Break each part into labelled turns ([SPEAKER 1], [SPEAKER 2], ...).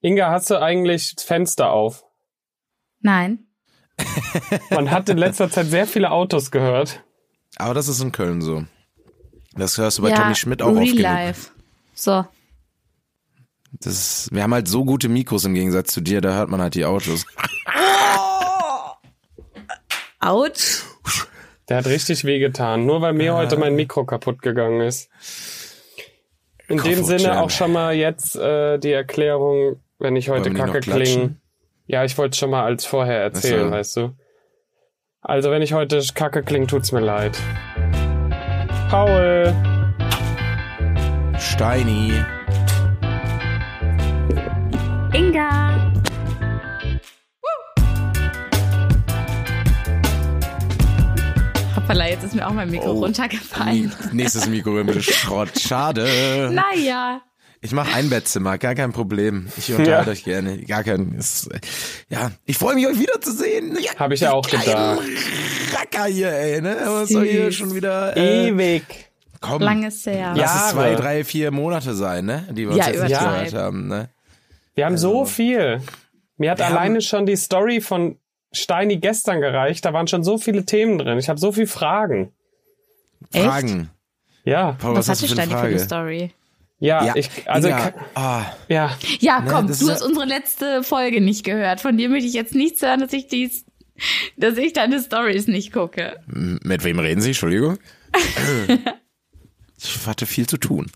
[SPEAKER 1] Inga, hast du eigentlich das Fenster auf?
[SPEAKER 2] Nein.
[SPEAKER 1] Man hat in letzter Zeit sehr viele Autos gehört.
[SPEAKER 3] Aber das ist in Köln so. Das hörst du bei
[SPEAKER 2] ja,
[SPEAKER 3] Tommy Schmidt auch
[SPEAKER 2] Real
[SPEAKER 3] oft genug.
[SPEAKER 2] Life. So.
[SPEAKER 3] Das ist, wir haben halt so gute Mikros im Gegensatz zu dir, da hört man halt die Autos.
[SPEAKER 2] Out.
[SPEAKER 1] Der hat richtig wehgetan, nur weil mir heute mein Mikro kaputt gegangen ist. In dem
[SPEAKER 3] Kaputt,
[SPEAKER 1] Sinne
[SPEAKER 3] ja.
[SPEAKER 1] auch schon mal jetzt äh, die Erklärung, wenn ich heute
[SPEAKER 3] Wollen wir nicht
[SPEAKER 1] kacke
[SPEAKER 3] noch klatschen?
[SPEAKER 1] klinge. Ja, ich wollte schon mal als vorher erzählen,
[SPEAKER 3] Ach so.
[SPEAKER 1] weißt du. Also, wenn ich heute kacke klinge, tut's mir leid. Paul,
[SPEAKER 3] Steini.
[SPEAKER 2] Inga. Hoppala, jetzt ist mir auch mein Mikro
[SPEAKER 3] Oh.
[SPEAKER 2] runtergefallen.
[SPEAKER 3] Nächstes Mikro wird mit Schrott. Schade.
[SPEAKER 2] Naja.
[SPEAKER 3] Ich mache Einbettzimmer, gar kein Problem. Ich unterhalte euch gerne. Gar kein. Ist, ja, ich freue mich, euch wiederzusehen. Ja,
[SPEAKER 1] habe ich auch gedacht.
[SPEAKER 3] Racker hier, ey, ne? Was soll hier
[SPEAKER 2] Süß.
[SPEAKER 3] schon wieder. Äh,
[SPEAKER 1] Ewig.
[SPEAKER 3] komm,
[SPEAKER 2] Lang ist
[SPEAKER 1] Ja.
[SPEAKER 2] her.
[SPEAKER 3] lass es zwei,
[SPEAKER 1] Jahre.
[SPEAKER 3] drei, vier Monate sein, ne? Die wir uns
[SPEAKER 2] Ja,
[SPEAKER 3] jetzt nicht
[SPEAKER 1] übertreib.
[SPEAKER 3] gehört haben, ne?
[SPEAKER 1] Wir haben so viel. Mir hat
[SPEAKER 3] Also, Wir haben-
[SPEAKER 1] alleine schon die Story von Steini gestern gereicht. Da waren schon so viele Themen drin. Ich habe so viele Fragen.
[SPEAKER 2] Echt?
[SPEAKER 3] Fragen.
[SPEAKER 1] Ja,
[SPEAKER 3] Paul, was,
[SPEAKER 2] Was,
[SPEAKER 3] hast
[SPEAKER 2] hatte
[SPEAKER 3] du für eine
[SPEAKER 2] Steini für eine
[SPEAKER 3] Frage?
[SPEAKER 2] Story?
[SPEAKER 1] ja,
[SPEAKER 3] Ja,
[SPEAKER 1] ich, also,
[SPEAKER 3] Inga,
[SPEAKER 1] ja.
[SPEAKER 3] ah,
[SPEAKER 1] ja.
[SPEAKER 2] Ja,
[SPEAKER 3] Ne,
[SPEAKER 2] komm,
[SPEAKER 3] das
[SPEAKER 2] du
[SPEAKER 3] ist
[SPEAKER 2] hast
[SPEAKER 3] ja-
[SPEAKER 2] unsere letzte Folge nicht gehört. Von dir möchte ich jetzt nichts hören, dass ich dies, dass ich deine Stories nicht gucke.
[SPEAKER 3] m- mit wem reden Sie? Entschuldigung. ich hatte viel zu tun.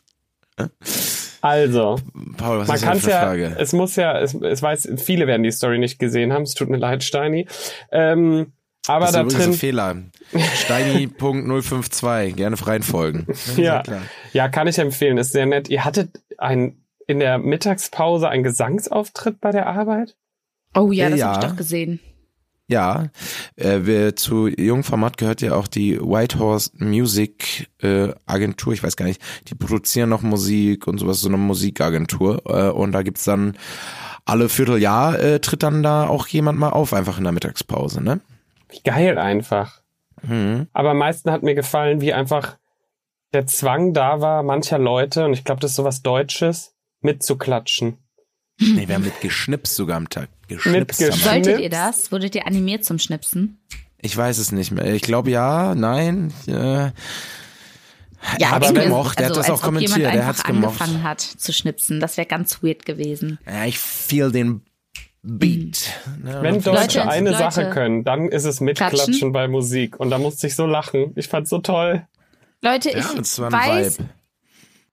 [SPEAKER 1] Also,
[SPEAKER 3] Paul, was
[SPEAKER 1] man
[SPEAKER 3] hast du denn
[SPEAKER 1] kann
[SPEAKER 3] für eine
[SPEAKER 1] ja,
[SPEAKER 3] Frage?
[SPEAKER 1] es muss ja, es, es weiß, viele werden die Story nicht gesehen haben. Es tut mir leid, Steini. Ähm, aber
[SPEAKER 3] Das ist
[SPEAKER 1] da
[SPEAKER 3] übrigens ein
[SPEAKER 1] drin,
[SPEAKER 3] Fehler. Steini.052, gerne freien folgen.
[SPEAKER 1] ja,
[SPEAKER 3] klar.
[SPEAKER 1] ja, kann ich empfehlen. Ist sehr nett. Ihr hattet ein, in der Mittagspause einen Gesangsauftritt bei der Arbeit?
[SPEAKER 2] Oh ja, das
[SPEAKER 3] Ja.
[SPEAKER 2] habe ich doch gesehen.
[SPEAKER 3] Ja, äh, wir, zu Jungformat gehört ja auch die Whitehorse Music äh, Agentur, ich weiß gar nicht, die produzieren noch Musik und sowas, so eine Musikagentur äh, und da gibt's dann alle Vierteljahr äh, tritt dann da auch jemand mal auf, einfach in der Mittagspause, ne?
[SPEAKER 1] Wie geil einfach.
[SPEAKER 3] Mhm.
[SPEAKER 1] Aber am meisten hat mir gefallen, wie einfach der Zwang da war, mancher Leute, und ich glaube, das ist sowas Deutsches, mitzuklatschen.
[SPEAKER 3] Nee, wir haben mit geschnipst sogar am Tag. Geschnipst
[SPEAKER 1] Mitgeschn-
[SPEAKER 3] haben wir.
[SPEAKER 2] Solltet ihr
[SPEAKER 1] Schnips.
[SPEAKER 2] das? Wurdet ihr animiert zum Schnipsen?
[SPEAKER 3] Ich weiß es nicht mehr. Ich glaube ja, nein. Äh, Er hat's
[SPEAKER 2] ich- also
[SPEAKER 3] gemocht, der hat
[SPEAKER 2] als
[SPEAKER 3] das auch
[SPEAKER 2] ob jemand
[SPEAKER 3] kommentiert, der
[SPEAKER 2] einfach
[SPEAKER 3] hat's gemocht.
[SPEAKER 2] angefangen hat zu schnipsen. Das wäre ganz weird gewesen.
[SPEAKER 3] ja, ich feel den Beat. Ne?
[SPEAKER 1] Wenn
[SPEAKER 3] Und-
[SPEAKER 1] Deutsche
[SPEAKER 2] Leute,
[SPEAKER 1] eine
[SPEAKER 2] Leute.
[SPEAKER 1] Sache können, dann ist es mitklatschen
[SPEAKER 2] Klatschen?
[SPEAKER 1] bei Musik. Und da musste ich so lachen. Ich fand's so toll.
[SPEAKER 2] Leute,
[SPEAKER 3] ja,
[SPEAKER 2] ich
[SPEAKER 3] es war ein
[SPEAKER 2] weiß,
[SPEAKER 3] Vibe.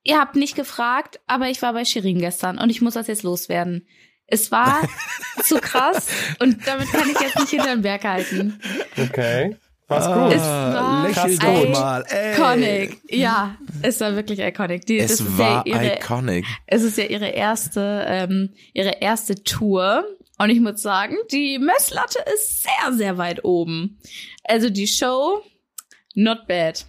[SPEAKER 2] ihr habt nicht gefragt, aber ich war bei Shirin gestern und ich muss das jetzt loswerden. Es war zu krass und damit kann ich jetzt nicht hinterm Berg halten.
[SPEAKER 1] Okay. War's
[SPEAKER 3] Ah.
[SPEAKER 1] gut.
[SPEAKER 2] Es war
[SPEAKER 3] lächel
[SPEAKER 1] krass
[SPEAKER 3] doch
[SPEAKER 1] gut.
[SPEAKER 3] mal. Ey.
[SPEAKER 2] Iconic. Ja, es war wirklich iconic. Die, das
[SPEAKER 3] Es
[SPEAKER 2] ist
[SPEAKER 3] war
[SPEAKER 2] ja ihre,
[SPEAKER 3] iconic.
[SPEAKER 2] es ist ja ihre erste, ähm, ihre erste Tour. Und ich muss sagen, die Messlatte ist sehr, sehr weit oben. Also die Show, not bad.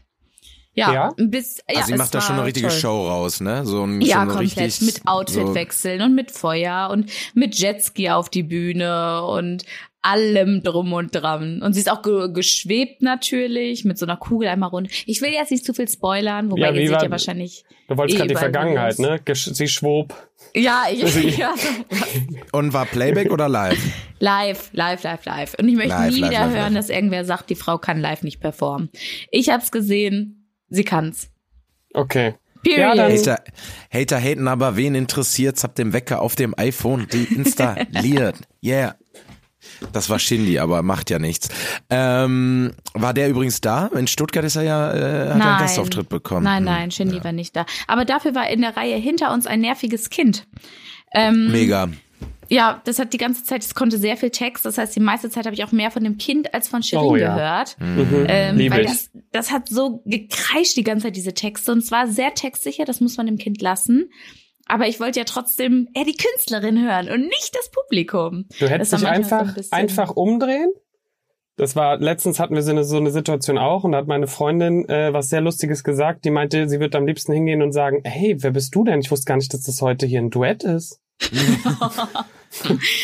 [SPEAKER 2] Ja,
[SPEAKER 1] Ja?
[SPEAKER 2] Bis, ja
[SPEAKER 3] also sie
[SPEAKER 2] es
[SPEAKER 3] macht da schon
[SPEAKER 2] war
[SPEAKER 3] eine richtige
[SPEAKER 2] toll.
[SPEAKER 3] Show raus, ne? So ein,
[SPEAKER 2] Ja,
[SPEAKER 3] so ein
[SPEAKER 2] komplett.
[SPEAKER 3] richtig,
[SPEAKER 2] mit Outfitwechseln und mit Feuer und mit Jetski auf die Bühne und allem drum und dran. Und sie ist auch ge geschwebt natürlich mit so einer Kugel einmal rund. Ich will jetzt nicht zu viel spoilern, wobei
[SPEAKER 1] Ja, wie
[SPEAKER 2] ihr seht
[SPEAKER 1] war-
[SPEAKER 2] ja wahrscheinlich.
[SPEAKER 1] Du wolltest
[SPEAKER 2] eh
[SPEAKER 1] gerade die
[SPEAKER 2] überall
[SPEAKER 1] Vergangenheit,
[SPEAKER 2] los.
[SPEAKER 1] ne? Gesch sie schwob.
[SPEAKER 2] Ja, ich, ja,
[SPEAKER 3] So. Und war Playback oder live?
[SPEAKER 2] live, live, live, live. Und ich möchte
[SPEAKER 3] Live,
[SPEAKER 2] nie
[SPEAKER 3] live,
[SPEAKER 2] wieder
[SPEAKER 3] live,
[SPEAKER 2] hören,
[SPEAKER 3] live.
[SPEAKER 2] dass irgendwer sagt, die Frau kann live nicht performen. Ich hab's gesehen, sie kann's.
[SPEAKER 1] Okay.
[SPEAKER 2] Period.
[SPEAKER 1] dann-
[SPEAKER 3] Hater, Hater haten, aber wen interessiert's? Hab den Wecker auf dem iPhone deinstalliert. Yeah. Das war Shindy, aber macht ja nichts. Ähm, war der übrigens da? In Stuttgart ist er ja, äh, hat er einen Gastauftritt bekommen.
[SPEAKER 2] Nein,
[SPEAKER 3] Hm.
[SPEAKER 2] nein, Shindy war nicht da. Aber dafür war in der Reihe hinter uns ein nerviges Kind. Ähm,
[SPEAKER 3] Hm. Mega.
[SPEAKER 2] Ja, das hat die ganze Zeit, es konnte sehr viel Text. Das heißt, die meiste Zeit habe ich auch mehr von dem Kind als von Shirin
[SPEAKER 1] Oh, ja.
[SPEAKER 2] gehört.
[SPEAKER 3] Hm.
[SPEAKER 1] Mhm.
[SPEAKER 2] Ähm,
[SPEAKER 1] Lieb
[SPEAKER 2] weil
[SPEAKER 1] ich.
[SPEAKER 2] das, das hat so gekreischt die ganze Zeit, diese Texte. Und es war sehr textsicher, das muss man dem Kind lassen. Aber ich wollte ja trotzdem eher die Künstlerin hören und nicht das Publikum.
[SPEAKER 1] Du hättest
[SPEAKER 2] Das
[SPEAKER 1] dich
[SPEAKER 2] war manchmal so
[SPEAKER 1] einfach,
[SPEAKER 2] ein bisschen-
[SPEAKER 1] einfach umdrehen. Das war, letztens hatten wir so eine, so eine Situation auch und da hat meine Freundin äh, was sehr Lustiges gesagt. Die meinte, sie wird am liebsten hingehen und sagen, hey, wer bist du denn? Ich wusste gar nicht, dass das heute hier ein Duett ist.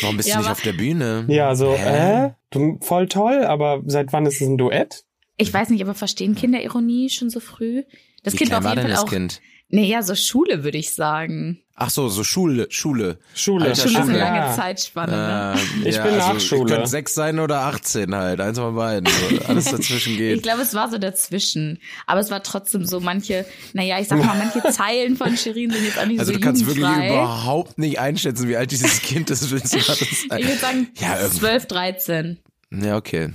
[SPEAKER 3] Warum bist
[SPEAKER 2] Ja,
[SPEAKER 3] du nicht
[SPEAKER 2] aber-
[SPEAKER 3] auf der Bühne?
[SPEAKER 1] Ja, so,
[SPEAKER 3] Hä?
[SPEAKER 1] äh, du, voll toll, aber seit wann ist es ein Duett?
[SPEAKER 2] Ich weiß nicht, aber verstehen Kinder Ironie schon so früh? Das
[SPEAKER 3] Wie
[SPEAKER 2] Kind war
[SPEAKER 3] klein
[SPEAKER 2] auf
[SPEAKER 3] war
[SPEAKER 2] jeden
[SPEAKER 3] denn
[SPEAKER 2] Fall
[SPEAKER 3] das
[SPEAKER 2] auch.
[SPEAKER 3] Kind?
[SPEAKER 2] Naja, so Schule würde ich sagen.
[SPEAKER 3] Ach so, so Schule, Schule.
[SPEAKER 1] Schule.
[SPEAKER 3] Alter,
[SPEAKER 2] Schule ist eine
[SPEAKER 3] Schule.
[SPEAKER 2] lange
[SPEAKER 1] Ja.
[SPEAKER 2] Zeitspanne. ne?
[SPEAKER 3] Ähm,
[SPEAKER 1] Ich bin Nachschule.
[SPEAKER 3] Könnte sechs sein oder 18 halt. Eins von beiden. So. Alles dazwischen
[SPEAKER 2] Ich
[SPEAKER 3] geht.
[SPEAKER 2] glaube, es war so dazwischen. Aber es war trotzdem so manche, naja, ich sag mal, manche Zeilen von Shirin sind jetzt auch nicht
[SPEAKER 3] Also
[SPEAKER 2] so
[SPEAKER 3] du kannst wirklich
[SPEAKER 2] jugendfrei.
[SPEAKER 3] überhaupt nicht einschätzen, wie alt dieses Kind ist. Willst du mal das
[SPEAKER 2] ich würde sagen,
[SPEAKER 3] Ja, irgendwie-
[SPEAKER 2] 12, 13.
[SPEAKER 3] ja, okay.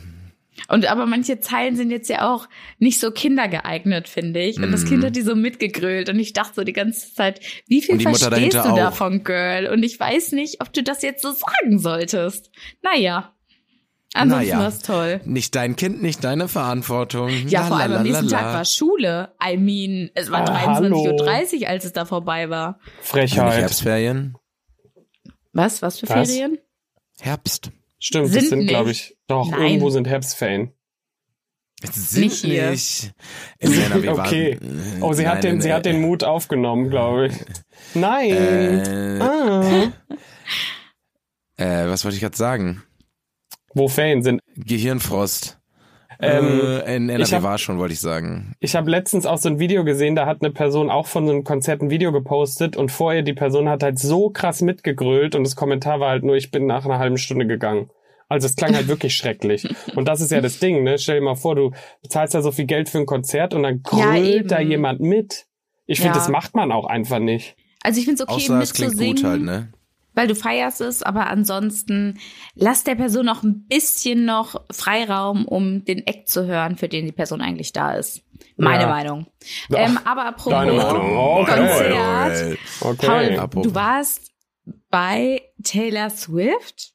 [SPEAKER 2] Und aber manche Zeilen sind jetzt ja auch nicht so kindergeeignet, finde ich. Und das
[SPEAKER 3] Mhm.
[SPEAKER 2] Kind hat die so mitgegrölt und ich dachte so die ganze Zeit, wie viel
[SPEAKER 3] Und die Mutter
[SPEAKER 2] verstehst du
[SPEAKER 3] dahinter auch.
[SPEAKER 2] davon, Girl? Und ich weiß nicht, ob du das jetzt so sagen solltest. Naja. Ansonsten
[SPEAKER 3] Naja.
[SPEAKER 2] war's toll.
[SPEAKER 3] Nicht dein Kind, nicht deine Verantwortung.
[SPEAKER 2] Ja,
[SPEAKER 3] La,
[SPEAKER 2] vor
[SPEAKER 3] la,
[SPEAKER 2] allem am
[SPEAKER 3] la, la,
[SPEAKER 2] nächsten
[SPEAKER 3] la.
[SPEAKER 2] Tag war Schule. I mean, es war
[SPEAKER 1] Ah,
[SPEAKER 2] 23.30 Uhr, als es da vorbei war.
[SPEAKER 3] Nicht
[SPEAKER 1] Frechheit.
[SPEAKER 3] Herbstferien.
[SPEAKER 2] Was? Was für
[SPEAKER 1] Was?
[SPEAKER 2] Ferien?
[SPEAKER 3] Herbst.
[SPEAKER 1] Stimmt,
[SPEAKER 2] Sind
[SPEAKER 1] das sind,
[SPEAKER 2] nicht.
[SPEAKER 1] glaube ich, doch,
[SPEAKER 2] Nein.
[SPEAKER 1] irgendwo sind Herbstferien.
[SPEAKER 3] Es sind
[SPEAKER 2] Nicht hier.
[SPEAKER 3] nicht. Elena, wir
[SPEAKER 1] Okay.
[SPEAKER 3] waren-
[SPEAKER 1] Oh, sie
[SPEAKER 3] Nein,
[SPEAKER 1] hat den,
[SPEAKER 3] in-
[SPEAKER 1] sie hat den Mut aufgenommen, glaube ich. Nein.
[SPEAKER 3] Äh,
[SPEAKER 1] ah.
[SPEAKER 3] äh, was wollte ich gerade sagen?
[SPEAKER 1] Wo Ferien sind.
[SPEAKER 3] Gehirnfrost.
[SPEAKER 1] Ähm,
[SPEAKER 3] äh, in NRW
[SPEAKER 1] ich hab-
[SPEAKER 3] war schon, wollte ich sagen.
[SPEAKER 1] Ich habe letztens auch so ein Video gesehen, da hat eine Person auch von so einem Konzert ein Video gepostet und vorher die Person hat halt so krass mitgegrölt und das Kommentar war halt nur, ich bin nach einer halben Stunde gegangen. Also es klang halt wirklich schrecklich. Und das ist ja das Ding, ne? Stell dir mal vor, du bezahlst da so viel Geld für ein Konzert und dann
[SPEAKER 2] Ja,
[SPEAKER 1] grölt da
[SPEAKER 2] eben.
[SPEAKER 1] jemand mit. Ich
[SPEAKER 2] Ja.
[SPEAKER 1] finde, das macht man auch einfach nicht.
[SPEAKER 2] Also ich finde es okay,
[SPEAKER 3] Außer es klingt
[SPEAKER 2] mitzusingen,
[SPEAKER 3] gut halt, ne?
[SPEAKER 2] weil du feierst es, aber ansonsten lass der Person noch ein bisschen noch Freiraum, um den Eck zu hören, für den die Person eigentlich da ist. Meine
[SPEAKER 1] Ja.
[SPEAKER 2] Meinung.
[SPEAKER 1] Ach,
[SPEAKER 2] ähm, aber apropos
[SPEAKER 1] deine Meinung. Okay.
[SPEAKER 2] Konzert.
[SPEAKER 1] Okay.
[SPEAKER 2] Paul,
[SPEAKER 3] Apropos.
[SPEAKER 2] du warst bei Taylor Swift?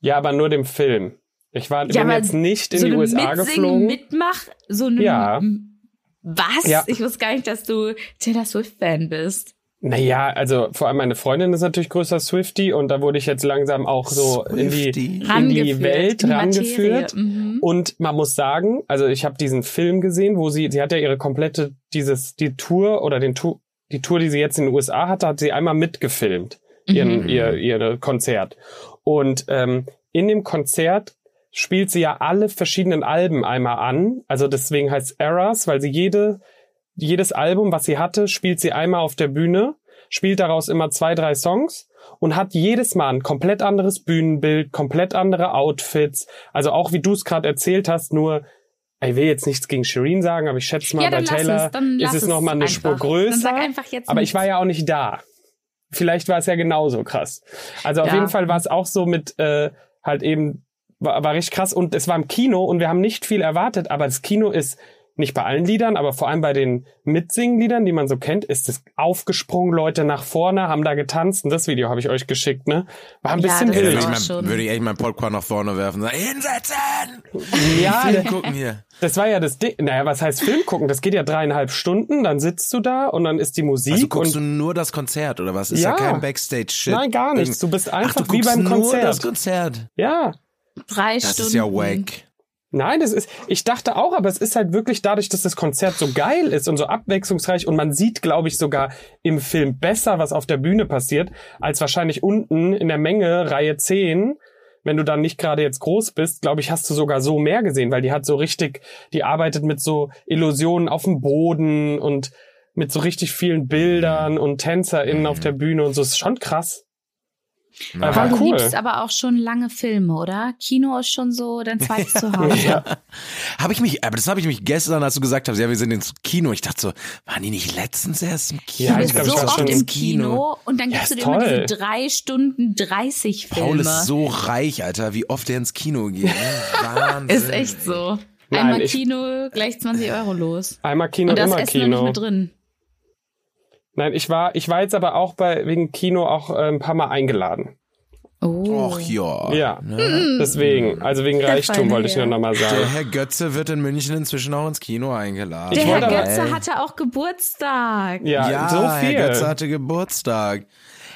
[SPEAKER 1] Ja, aber nur dem Film. Ich war, bin
[SPEAKER 2] aber
[SPEAKER 1] jetzt nicht in
[SPEAKER 2] so
[SPEAKER 1] die
[SPEAKER 2] eine
[SPEAKER 1] USA
[SPEAKER 2] Mitsingen,
[SPEAKER 1] geflogen.
[SPEAKER 2] Mitmach, so eine
[SPEAKER 1] Ja.
[SPEAKER 2] Was?
[SPEAKER 1] Ja.
[SPEAKER 2] Ich wusste gar nicht, dass du Taylor Swift Fan bist.
[SPEAKER 1] Naja, also vor allem meine Freundin ist natürlich größer Swifty und da wurde ich jetzt langsam auch so in die, in die
[SPEAKER 2] Rangeführt,
[SPEAKER 1] Welt
[SPEAKER 2] in die
[SPEAKER 1] rangeführt.
[SPEAKER 2] Materie, mhm.
[SPEAKER 1] Und man muss sagen, also ich habe diesen Film gesehen, wo sie, sie hat ja ihre komplette, dieses, die Tour oder den Tour, die Tour, die sie jetzt in den USA hatte, hat sie einmal mitgefilmt, ihren,
[SPEAKER 3] Mhm.
[SPEAKER 1] ihr, ihr Konzert. Und ähm, in dem Konzert spielt sie ja alle verschiedenen Alben einmal an. Also deswegen heißt Eras, weil sie jede, jedes Album, was sie hatte, spielt sie einmal auf der Bühne, spielt daraus immer zwei, drei Songs und hat jedes Mal ein komplett anderes Bühnenbild, komplett andere Outfits. Also auch wie du es gerade erzählt hast, nur ich will jetzt nichts gegen Shireen sagen, aber ich schätze mal,
[SPEAKER 2] ja,
[SPEAKER 1] bei
[SPEAKER 2] dann lass
[SPEAKER 1] Taylor
[SPEAKER 2] es, dann lass
[SPEAKER 1] ist es nochmal eine
[SPEAKER 2] einfach.
[SPEAKER 1] Spur
[SPEAKER 2] Dann
[SPEAKER 1] größer.
[SPEAKER 2] sag einfach jetzt
[SPEAKER 1] Aber ich war ja auch nicht da. Vielleicht war es ja genauso krass. Also auf
[SPEAKER 2] Ja.
[SPEAKER 1] jeden Fall war es auch so mit äh, halt eben war, war richtig krass und es war im Kino und wir haben nicht viel erwartet, aber das Kino ist nicht bei allen Liedern, aber vor allem bei den Mitsingenliedern, die man so kennt, ist es aufgesprungen, Leute nach vorne, haben da getanzt und das Video habe ich euch geschickt, ne? War ein
[SPEAKER 2] Ja,
[SPEAKER 1] bisschen
[SPEAKER 2] das
[SPEAKER 3] Ey, da
[SPEAKER 2] ist
[SPEAKER 1] wild.
[SPEAKER 2] auch
[SPEAKER 3] würde, ich
[SPEAKER 2] schon.
[SPEAKER 3] mein, würde ich echt mein Popcorn nach vorne werfen und sagen, hinsetzen!
[SPEAKER 1] Ja,
[SPEAKER 3] Wir gucken hier.
[SPEAKER 1] das war ja das Ding. Naja, was heißt Film gucken? Das geht ja dreieinhalb Stunden, dann sitzt du da und dann ist die Musik
[SPEAKER 3] Also guckst
[SPEAKER 1] und
[SPEAKER 3] du nur das Konzert oder was? Ist ja,
[SPEAKER 1] Ja.
[SPEAKER 3] kein Backstage-Shit.
[SPEAKER 1] Nein, gar nichts. Du bist
[SPEAKER 3] Ach,
[SPEAKER 1] einfach
[SPEAKER 3] du
[SPEAKER 1] wie
[SPEAKER 3] guckst
[SPEAKER 1] beim
[SPEAKER 3] nur das
[SPEAKER 1] Konzert.
[SPEAKER 3] Konzert.
[SPEAKER 1] Ja.
[SPEAKER 2] drei
[SPEAKER 3] Das
[SPEAKER 2] Stunden.
[SPEAKER 3] ist ja wack.
[SPEAKER 1] Nein, das ist, ich dachte auch, aber es ist halt wirklich dadurch, dass das Konzert so geil ist und so abwechslungsreich und man sieht, glaube ich, sogar im Film besser, was auf der Bühne passiert, als wahrscheinlich unten in der Menge Reihe 10. Wenn du dann nicht gerade jetzt groß bist, glaube ich, hast du sogar so mehr gesehen, weil die hat so richtig, die arbeitet mit so Illusionen auf dem Boden und mit so richtig vielen Bildern und TänzerInnen auf der Bühne und so. ist schon krass.
[SPEAKER 3] Na,
[SPEAKER 1] War
[SPEAKER 2] Weil du
[SPEAKER 1] cool.
[SPEAKER 2] liebst aber auch schon lange Filme, oder? Kino ist schon so dein zweites Zuhause.
[SPEAKER 3] Habe ich mich, aber das habe ich mich gestern, als du gesagt hast, ja, wir sind ins Kino. Ich dachte so, waren die nicht letztens erst im Kino?
[SPEAKER 1] Ja,
[SPEAKER 2] Du
[SPEAKER 1] ich
[SPEAKER 2] bist
[SPEAKER 1] glaub,
[SPEAKER 2] so
[SPEAKER 1] war
[SPEAKER 2] oft
[SPEAKER 1] schon
[SPEAKER 2] im Kino und dann
[SPEAKER 1] Ja,
[SPEAKER 2] gibst du
[SPEAKER 1] ist
[SPEAKER 2] dir immer
[SPEAKER 1] toll.
[SPEAKER 2] diese drei Stunden 30 Filme.
[SPEAKER 3] Paul ist so reich, Alter, wie oft er ins Kino geht. ne? Wahnsinn.
[SPEAKER 2] Ist echt so.
[SPEAKER 1] Nein,
[SPEAKER 2] Einmal
[SPEAKER 1] ich-
[SPEAKER 2] Kino gleich 20 Euro los.
[SPEAKER 1] Einmal Kino,
[SPEAKER 2] Und das
[SPEAKER 1] immer
[SPEAKER 2] Essen
[SPEAKER 1] Kino.
[SPEAKER 2] noch nicht mit drin.
[SPEAKER 1] Nein, ich war, ich war jetzt aber auch bei, wegen Kino auch äh, ein paar Mal eingeladen.
[SPEAKER 2] Oh.
[SPEAKER 3] Och ja.
[SPEAKER 1] Ja.
[SPEAKER 3] Ne?
[SPEAKER 1] Deswegen, also wegen Reichtum
[SPEAKER 2] Hm. feine
[SPEAKER 1] wollte ich
[SPEAKER 2] Herr.
[SPEAKER 1] nur nochmal
[SPEAKER 3] Der
[SPEAKER 1] sagen.
[SPEAKER 3] Herr Götze wird in München inzwischen auch ins Kino eingeladen.
[SPEAKER 2] Der
[SPEAKER 1] Ich
[SPEAKER 2] Herr
[SPEAKER 1] wollte aber-
[SPEAKER 2] Götze hatte auch Geburtstag.
[SPEAKER 1] Ja,
[SPEAKER 3] ja,
[SPEAKER 1] so
[SPEAKER 3] Herr Götze
[SPEAKER 1] viel.
[SPEAKER 3] hatte Geburtstag.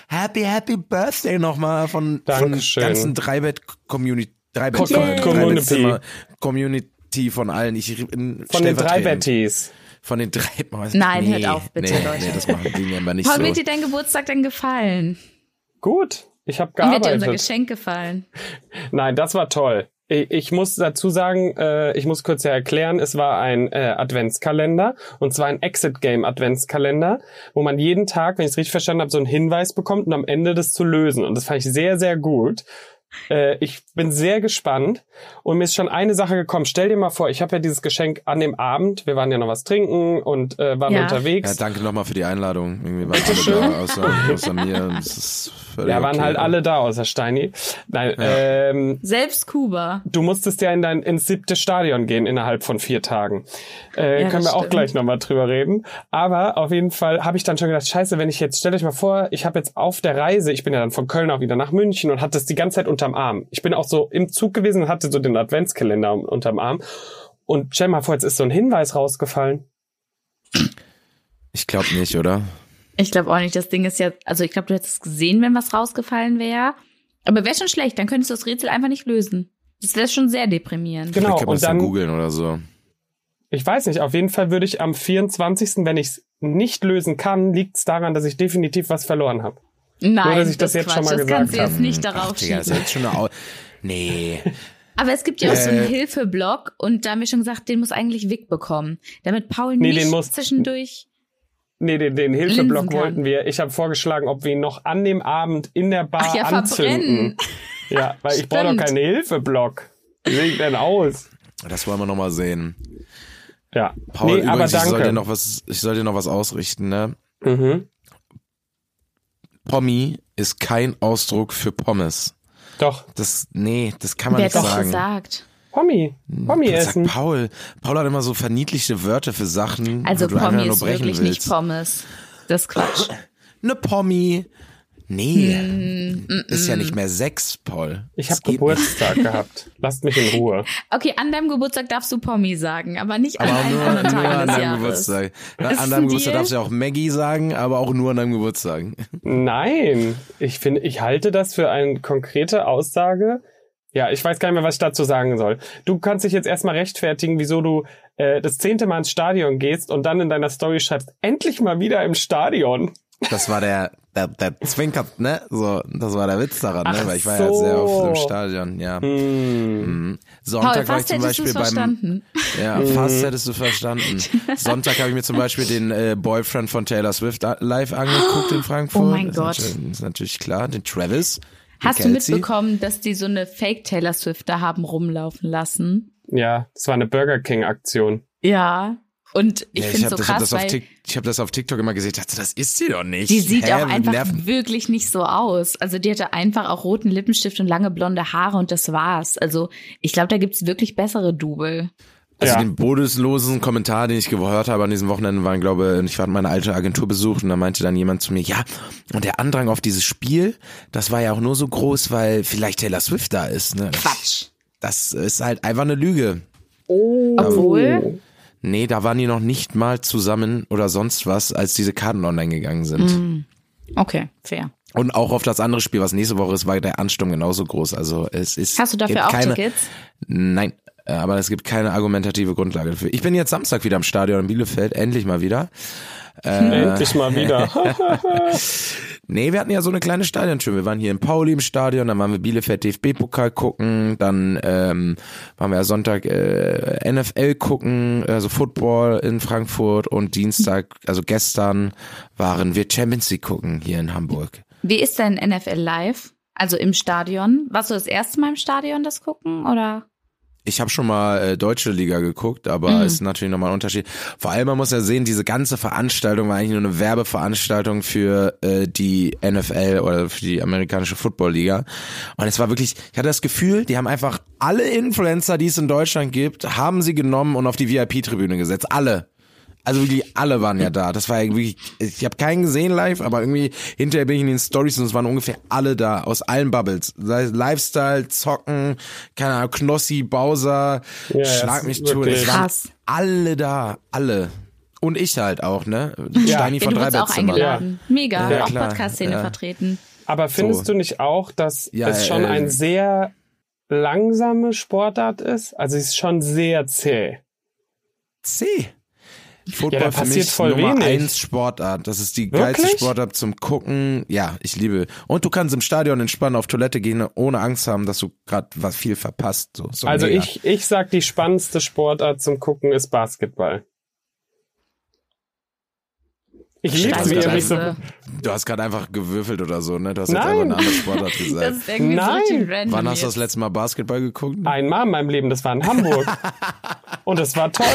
[SPEAKER 3] Happy, happy Birthday nochmal von, von
[SPEAKER 1] Dankeschön.
[SPEAKER 3] ganzen Dreibett-Community. Dreibett,
[SPEAKER 1] Co-
[SPEAKER 3] Dreibett,
[SPEAKER 1] Community.
[SPEAKER 3] Dreibettzimmer- Community von allen. Ich, in,
[SPEAKER 1] Von den drei
[SPEAKER 3] stellvertretend.
[SPEAKER 1] Betties.
[SPEAKER 3] Von den drei. oh,
[SPEAKER 2] Nein, hört auf, bitte,
[SPEAKER 3] nee,
[SPEAKER 2] Leute.
[SPEAKER 3] Nee, das machen die mir immer nicht
[SPEAKER 2] Paul, wird
[SPEAKER 3] so.
[SPEAKER 2] dir dein Geburtstag denn gefallen?
[SPEAKER 1] Gut, ich habe
[SPEAKER 2] Und wird dir unser
[SPEAKER 1] gearbeitet.
[SPEAKER 2] Geschenk gefallen?
[SPEAKER 1] Nein, das war toll. Ich, ich muss dazu sagen, äh, ich muss kurz ja erklären, es war ein äh, Adventskalender und zwar ein Exit Game Adventskalender, wo man jeden Tag, wenn ich es richtig verstanden habe, so einen Hinweis bekommt und am Ende das zu lösen. Und das fand ich sehr, sehr gut. Äh, ich bin sehr gespannt und mir ist schon eine Sache gekommen. Stell dir mal vor, ich habe ja dieses Geschenk an dem Abend. Wir waren ja noch was trinken und äh, waren
[SPEAKER 2] Ja.
[SPEAKER 1] unterwegs.
[SPEAKER 3] Ja, danke nochmal für die Einladung. Irgendwie waren alle da, außer, außer mir. Das ist völlig
[SPEAKER 1] Ja, waren
[SPEAKER 3] okay.
[SPEAKER 1] halt alle da, außer Steini. Nein, ähm,
[SPEAKER 2] Selbst Kuba.
[SPEAKER 1] du musstest ja in dein ins siebte Stadion gehen innerhalb von vier Tagen. Äh,
[SPEAKER 2] Ja,
[SPEAKER 1] können wir
[SPEAKER 2] das
[SPEAKER 1] auch
[SPEAKER 2] stimmt.
[SPEAKER 1] gleich nochmal drüber reden. Aber auf jeden Fall habe ich dann schon gedacht, scheiße, wenn ich jetzt, stellt euch mal vor, ich habe jetzt auf der Reise, ich bin ja dann von Köln auch wieder nach München und hatte es die ganze Zeit unterm Arm. Ich bin auch so im Zug gewesen und hatte so den Adventskalender un- unterm Arm. Und stell mal vor, jetzt ist so ein Hinweis rausgefallen.
[SPEAKER 3] Ich glaube nicht, oder?
[SPEAKER 1] Genau,
[SPEAKER 2] Ich glaube auch nicht. Das Ding ist ja, also ich glaube, du hättest es gesehen, wenn was rausgefallen wäre. Aber wäre schon schlecht, dann könntest du das Rätsel einfach nicht lösen. Das wäre schon sehr deprimierend.
[SPEAKER 1] Genau,
[SPEAKER 3] Vielleicht kann man
[SPEAKER 1] und
[SPEAKER 3] das dann
[SPEAKER 1] dann-
[SPEAKER 3] googeln oder so.
[SPEAKER 1] Ich weiß nicht, auf jeden Fall würde ich am 24., wenn ich es nicht lösen kann, liegt es daran, dass ich definitiv was verloren habe.
[SPEAKER 2] Nein,
[SPEAKER 1] Nur, dass ich das
[SPEAKER 2] das,
[SPEAKER 1] jetzt
[SPEAKER 2] Quatsch.
[SPEAKER 1] schon mal
[SPEAKER 2] das kannst du
[SPEAKER 1] gesagt
[SPEAKER 2] jetzt nicht
[SPEAKER 3] Ach,
[SPEAKER 2] darauf
[SPEAKER 3] Digga, ist
[SPEAKER 2] schieben.
[SPEAKER 3] jetzt schon eine Au Nee.
[SPEAKER 2] Aber es gibt ja auch so einen
[SPEAKER 3] Äh.
[SPEAKER 2] Hilfeblog und da haben wir schon gesagt, den muss eigentlich Wick bekommen, damit Paul
[SPEAKER 1] Nee,
[SPEAKER 2] nicht
[SPEAKER 1] den muss-
[SPEAKER 2] zwischendurch.
[SPEAKER 1] Nee, den, den
[SPEAKER 2] Linsen
[SPEAKER 1] Hilfeblock
[SPEAKER 2] kann.
[SPEAKER 1] wollten wir. Ich habe vorgeschlagen, ob wir ihn noch an dem Abend in der Bar
[SPEAKER 2] Ach ja,
[SPEAKER 1] anzünden. Ja, weil ich brauche doch
[SPEAKER 2] Stimmt.
[SPEAKER 1] keinen Hilfeblock. Wie sehe ich denn aus?
[SPEAKER 3] Das wollen wir nochmal sehen.
[SPEAKER 1] Ja.
[SPEAKER 3] Paul,
[SPEAKER 1] nee, aber
[SPEAKER 3] übrigens, ich soll, dir
[SPEAKER 1] danke.
[SPEAKER 3] noch was, ich soll dir noch was ausrichten, ne?
[SPEAKER 1] mhm.
[SPEAKER 3] Pommi ist kein Ausdruck für Pommes.
[SPEAKER 1] Doch.
[SPEAKER 3] Das, nee, das kann man
[SPEAKER 2] Wer
[SPEAKER 3] nicht
[SPEAKER 2] hat das
[SPEAKER 3] sagen.
[SPEAKER 2] gesagt?
[SPEAKER 1] Pommi. Pommi
[SPEAKER 3] Das
[SPEAKER 1] essen.
[SPEAKER 3] Sagt Paul. Paul hat immer so verniedlichte Wörter für Sachen,
[SPEAKER 2] Also
[SPEAKER 3] wo du einfach
[SPEAKER 2] Pommes
[SPEAKER 3] nur
[SPEAKER 2] ist
[SPEAKER 3] brechen
[SPEAKER 2] wirklich
[SPEAKER 3] willst.
[SPEAKER 2] nicht Pommes. Das ist Quatsch.
[SPEAKER 3] Ne Pommi. Nee.
[SPEAKER 2] Hm, mm,
[SPEAKER 3] Ist ja nicht mehr sechs, Paul.
[SPEAKER 1] Ich
[SPEAKER 3] Das
[SPEAKER 1] habe
[SPEAKER 3] geht nicht.
[SPEAKER 1] Geburtstag gehabt. Lasst mich in Ruhe.
[SPEAKER 2] Okay, an deinem Geburtstag darfst du Pommi sagen, aber nicht an
[SPEAKER 3] Aber
[SPEAKER 2] allen
[SPEAKER 3] nur, nur
[SPEAKER 2] anderen
[SPEAKER 3] an
[SPEAKER 2] Tagen des
[SPEAKER 3] deinem
[SPEAKER 2] Jahres.
[SPEAKER 3] Geburtstag.
[SPEAKER 2] Ist
[SPEAKER 3] An
[SPEAKER 2] ein
[SPEAKER 3] deinem Geburtstag
[SPEAKER 2] Deal?
[SPEAKER 3] darfst du ja auch Maggie sagen, aber auch nur an deinem Geburtstag.
[SPEAKER 1] Nein. Ich finde, ich halte das für eine konkrete Aussage. Ja, ich weiß gar nicht mehr, was ich dazu sagen soll. Du kannst dich jetzt erstmal rechtfertigen, wieso du äh, das zehnte Mal ins Stadion gehst und dann in deiner Story schreibst, endlich mal wieder im Stadion.
[SPEAKER 3] Das war der, der, der Zwinkert, ne? So, das war der Witz daran, ne?
[SPEAKER 1] Ach
[SPEAKER 3] Weil ich war
[SPEAKER 1] so.
[SPEAKER 3] ja sehr oft im Stadion, ja. Mhm.
[SPEAKER 2] Hm. Paul,
[SPEAKER 3] Sonntag war ich
[SPEAKER 2] fast
[SPEAKER 3] zum
[SPEAKER 2] hättest du
[SPEAKER 3] Beispiel
[SPEAKER 2] es
[SPEAKER 3] beim,
[SPEAKER 2] verstanden. Hm.
[SPEAKER 3] Ja, fast hättest du verstanden. Sonntag habe ich mir zum Beispiel den äh, Boyfriend von Taylor Swift a- live angeguckt in Frankfurt.
[SPEAKER 2] Oh mein
[SPEAKER 3] Das
[SPEAKER 2] Gott.
[SPEAKER 3] Ist natürlich, ist natürlich klar, den Travis. den
[SPEAKER 2] Hast du
[SPEAKER 3] Kelsey.
[SPEAKER 2] mitbekommen, dass die so eine Fake Taylor Swift da haben rumlaufen lassen?
[SPEAKER 1] Ja, das war eine Burger King-Aktion.
[SPEAKER 2] Ja. Und ich
[SPEAKER 3] Ja,
[SPEAKER 2] finde
[SPEAKER 3] hab
[SPEAKER 2] so
[SPEAKER 3] das, hab
[SPEAKER 2] krass,
[SPEAKER 3] das auf
[SPEAKER 2] weil
[SPEAKER 3] Tik- ich habe das auf TikTok immer gesehen. Ich dachte, das ist sie doch nicht.
[SPEAKER 2] die sieht
[SPEAKER 3] Hä,
[SPEAKER 2] auch
[SPEAKER 3] mit
[SPEAKER 2] einfach
[SPEAKER 3] Nerven.
[SPEAKER 2] wirklich nicht so aus. Also die hatte einfach auch roten Lippenstift und lange blonde Haare und das war's. Also ich glaube, da gibt's wirklich bessere Double.
[SPEAKER 3] Also
[SPEAKER 1] Ja.
[SPEAKER 3] den bodeslosen Kommentar, den ich gehört habe an diesem Wochenende, waren, glaube ich, war meine alte Agentur besucht und da meinte dann jemand zu mir, ja, und der Andrang auf dieses Spiel, das war ja auch nur so groß, weil vielleicht Taylor Swift da ist. Ne?
[SPEAKER 2] Quatsch.
[SPEAKER 3] Das ist halt einfach eine Lüge. Oh.
[SPEAKER 2] Obwohl,
[SPEAKER 3] Nee, da waren die noch nicht mal zusammen oder sonst was, als diese Karten online gegangen sind.
[SPEAKER 2] Mhm. okay, fair.
[SPEAKER 3] Und auch auf das andere Spiel, was nächste Woche ist, war der Ansturm genauso groß. Also es ist.
[SPEAKER 2] Hast du
[SPEAKER 3] gibt
[SPEAKER 2] dafür auch
[SPEAKER 3] keine,
[SPEAKER 2] Tickets?
[SPEAKER 3] Nein, äh, aber es gibt keine argumentative Grundlage dafür. Ich bin jetzt Samstag wieder im Stadion in Bielefeld, endlich mal wieder. Äh.
[SPEAKER 1] Endlich mal wieder.
[SPEAKER 3] Nee, wir hatten ja so eine kleine Stadiontür. Wir waren hier in Pauli im Stadion, dann waren wir Bielefeld DFB-Pokal gucken, dann ähm, waren wir ja Sonntag äh, NFL gucken, also Football in Frankfurt und Dienstag, also gestern, waren wir Champions League gucken hier in Hamburg.
[SPEAKER 2] Wie ist dein NFL Live? Also im Stadion? Warst du das erste Mal im Stadion das gucken oder?
[SPEAKER 3] Ich habe schon mal äh, deutsche Liga geguckt, aber ist natürlich nochmal ein Unterschied. Vor allem, man muss ja sehen, diese ganze Veranstaltung war eigentlich nur eine Werbeveranstaltung für äh, die NFL oder für die amerikanische Football Liga. Und es war wirklich, ich hatte das Gefühl, die haben einfach alle Influencer, die es in Deutschland gibt, haben sie genommen und auf die VIP-Tribüne gesetzt. Alle. Also wirklich alle waren ja da. Das war ja wirklich, ich habe keinen gesehen live, aber irgendwie hinterher bin ich in den Stories und es waren ungefähr alle da aus allen Bubbles. Sei es Lifestyle, Zocken, keine Ahnung, Knossi, Bowser,
[SPEAKER 1] Ja,
[SPEAKER 3] Schlag
[SPEAKER 1] es
[SPEAKER 3] mich
[SPEAKER 1] ist
[SPEAKER 3] tot.
[SPEAKER 1] wirklich-
[SPEAKER 3] Es waren
[SPEAKER 2] Krass.
[SPEAKER 3] alle da, alle. Und ich halt auch, ne?
[SPEAKER 1] Ja.
[SPEAKER 3] Steini
[SPEAKER 2] Ja,
[SPEAKER 3] von
[SPEAKER 2] du wurdest auch
[SPEAKER 3] Dreibettzimmer.
[SPEAKER 2] eingeladen. Mega,
[SPEAKER 1] Ja,
[SPEAKER 2] auch
[SPEAKER 3] klar.
[SPEAKER 2] Podcast-Szene
[SPEAKER 3] Ja.
[SPEAKER 2] vertreten.
[SPEAKER 1] Aber findest
[SPEAKER 3] So.
[SPEAKER 1] du nicht auch, dass
[SPEAKER 3] Ja,
[SPEAKER 1] es schon
[SPEAKER 3] äh,
[SPEAKER 1] ein sehr langsame Sportart ist? Also es ist schon sehr zäh.
[SPEAKER 3] C. Football
[SPEAKER 1] da
[SPEAKER 3] für
[SPEAKER 1] passiert
[SPEAKER 3] mich
[SPEAKER 1] voll
[SPEAKER 3] Nummer
[SPEAKER 1] wenig.
[SPEAKER 3] eins Sportart. Das ist die geilste
[SPEAKER 1] Wirklich?
[SPEAKER 3] Sportart zum Gucken. Ja, ich liebe. Und du kannst im Stadion entspannen, auf Toilette gehen, ohne Angst haben, dass du gerade was viel verpasst. So, so
[SPEAKER 1] Also
[SPEAKER 3] mega.
[SPEAKER 1] ich, ich sag, die spannendste Sportart zum Gucken ist Basketball. Ich liebe es, wie ihr mich so.
[SPEAKER 2] Scheiße.
[SPEAKER 3] Du hast gerade einfach gewürfelt oder so, ne? Du hast jetzt
[SPEAKER 1] Nein.
[SPEAKER 3] einfach eine andere Sportart
[SPEAKER 2] Das
[SPEAKER 3] gesagt.
[SPEAKER 2] ist irgendwie so
[SPEAKER 1] Nein.
[SPEAKER 2] richtig random.
[SPEAKER 3] Wann hast du das
[SPEAKER 2] jetzt.
[SPEAKER 3] letzte Mal Basketball geguckt?
[SPEAKER 1] Einmal in meinem Leben, das war in Hamburg. und das war toll.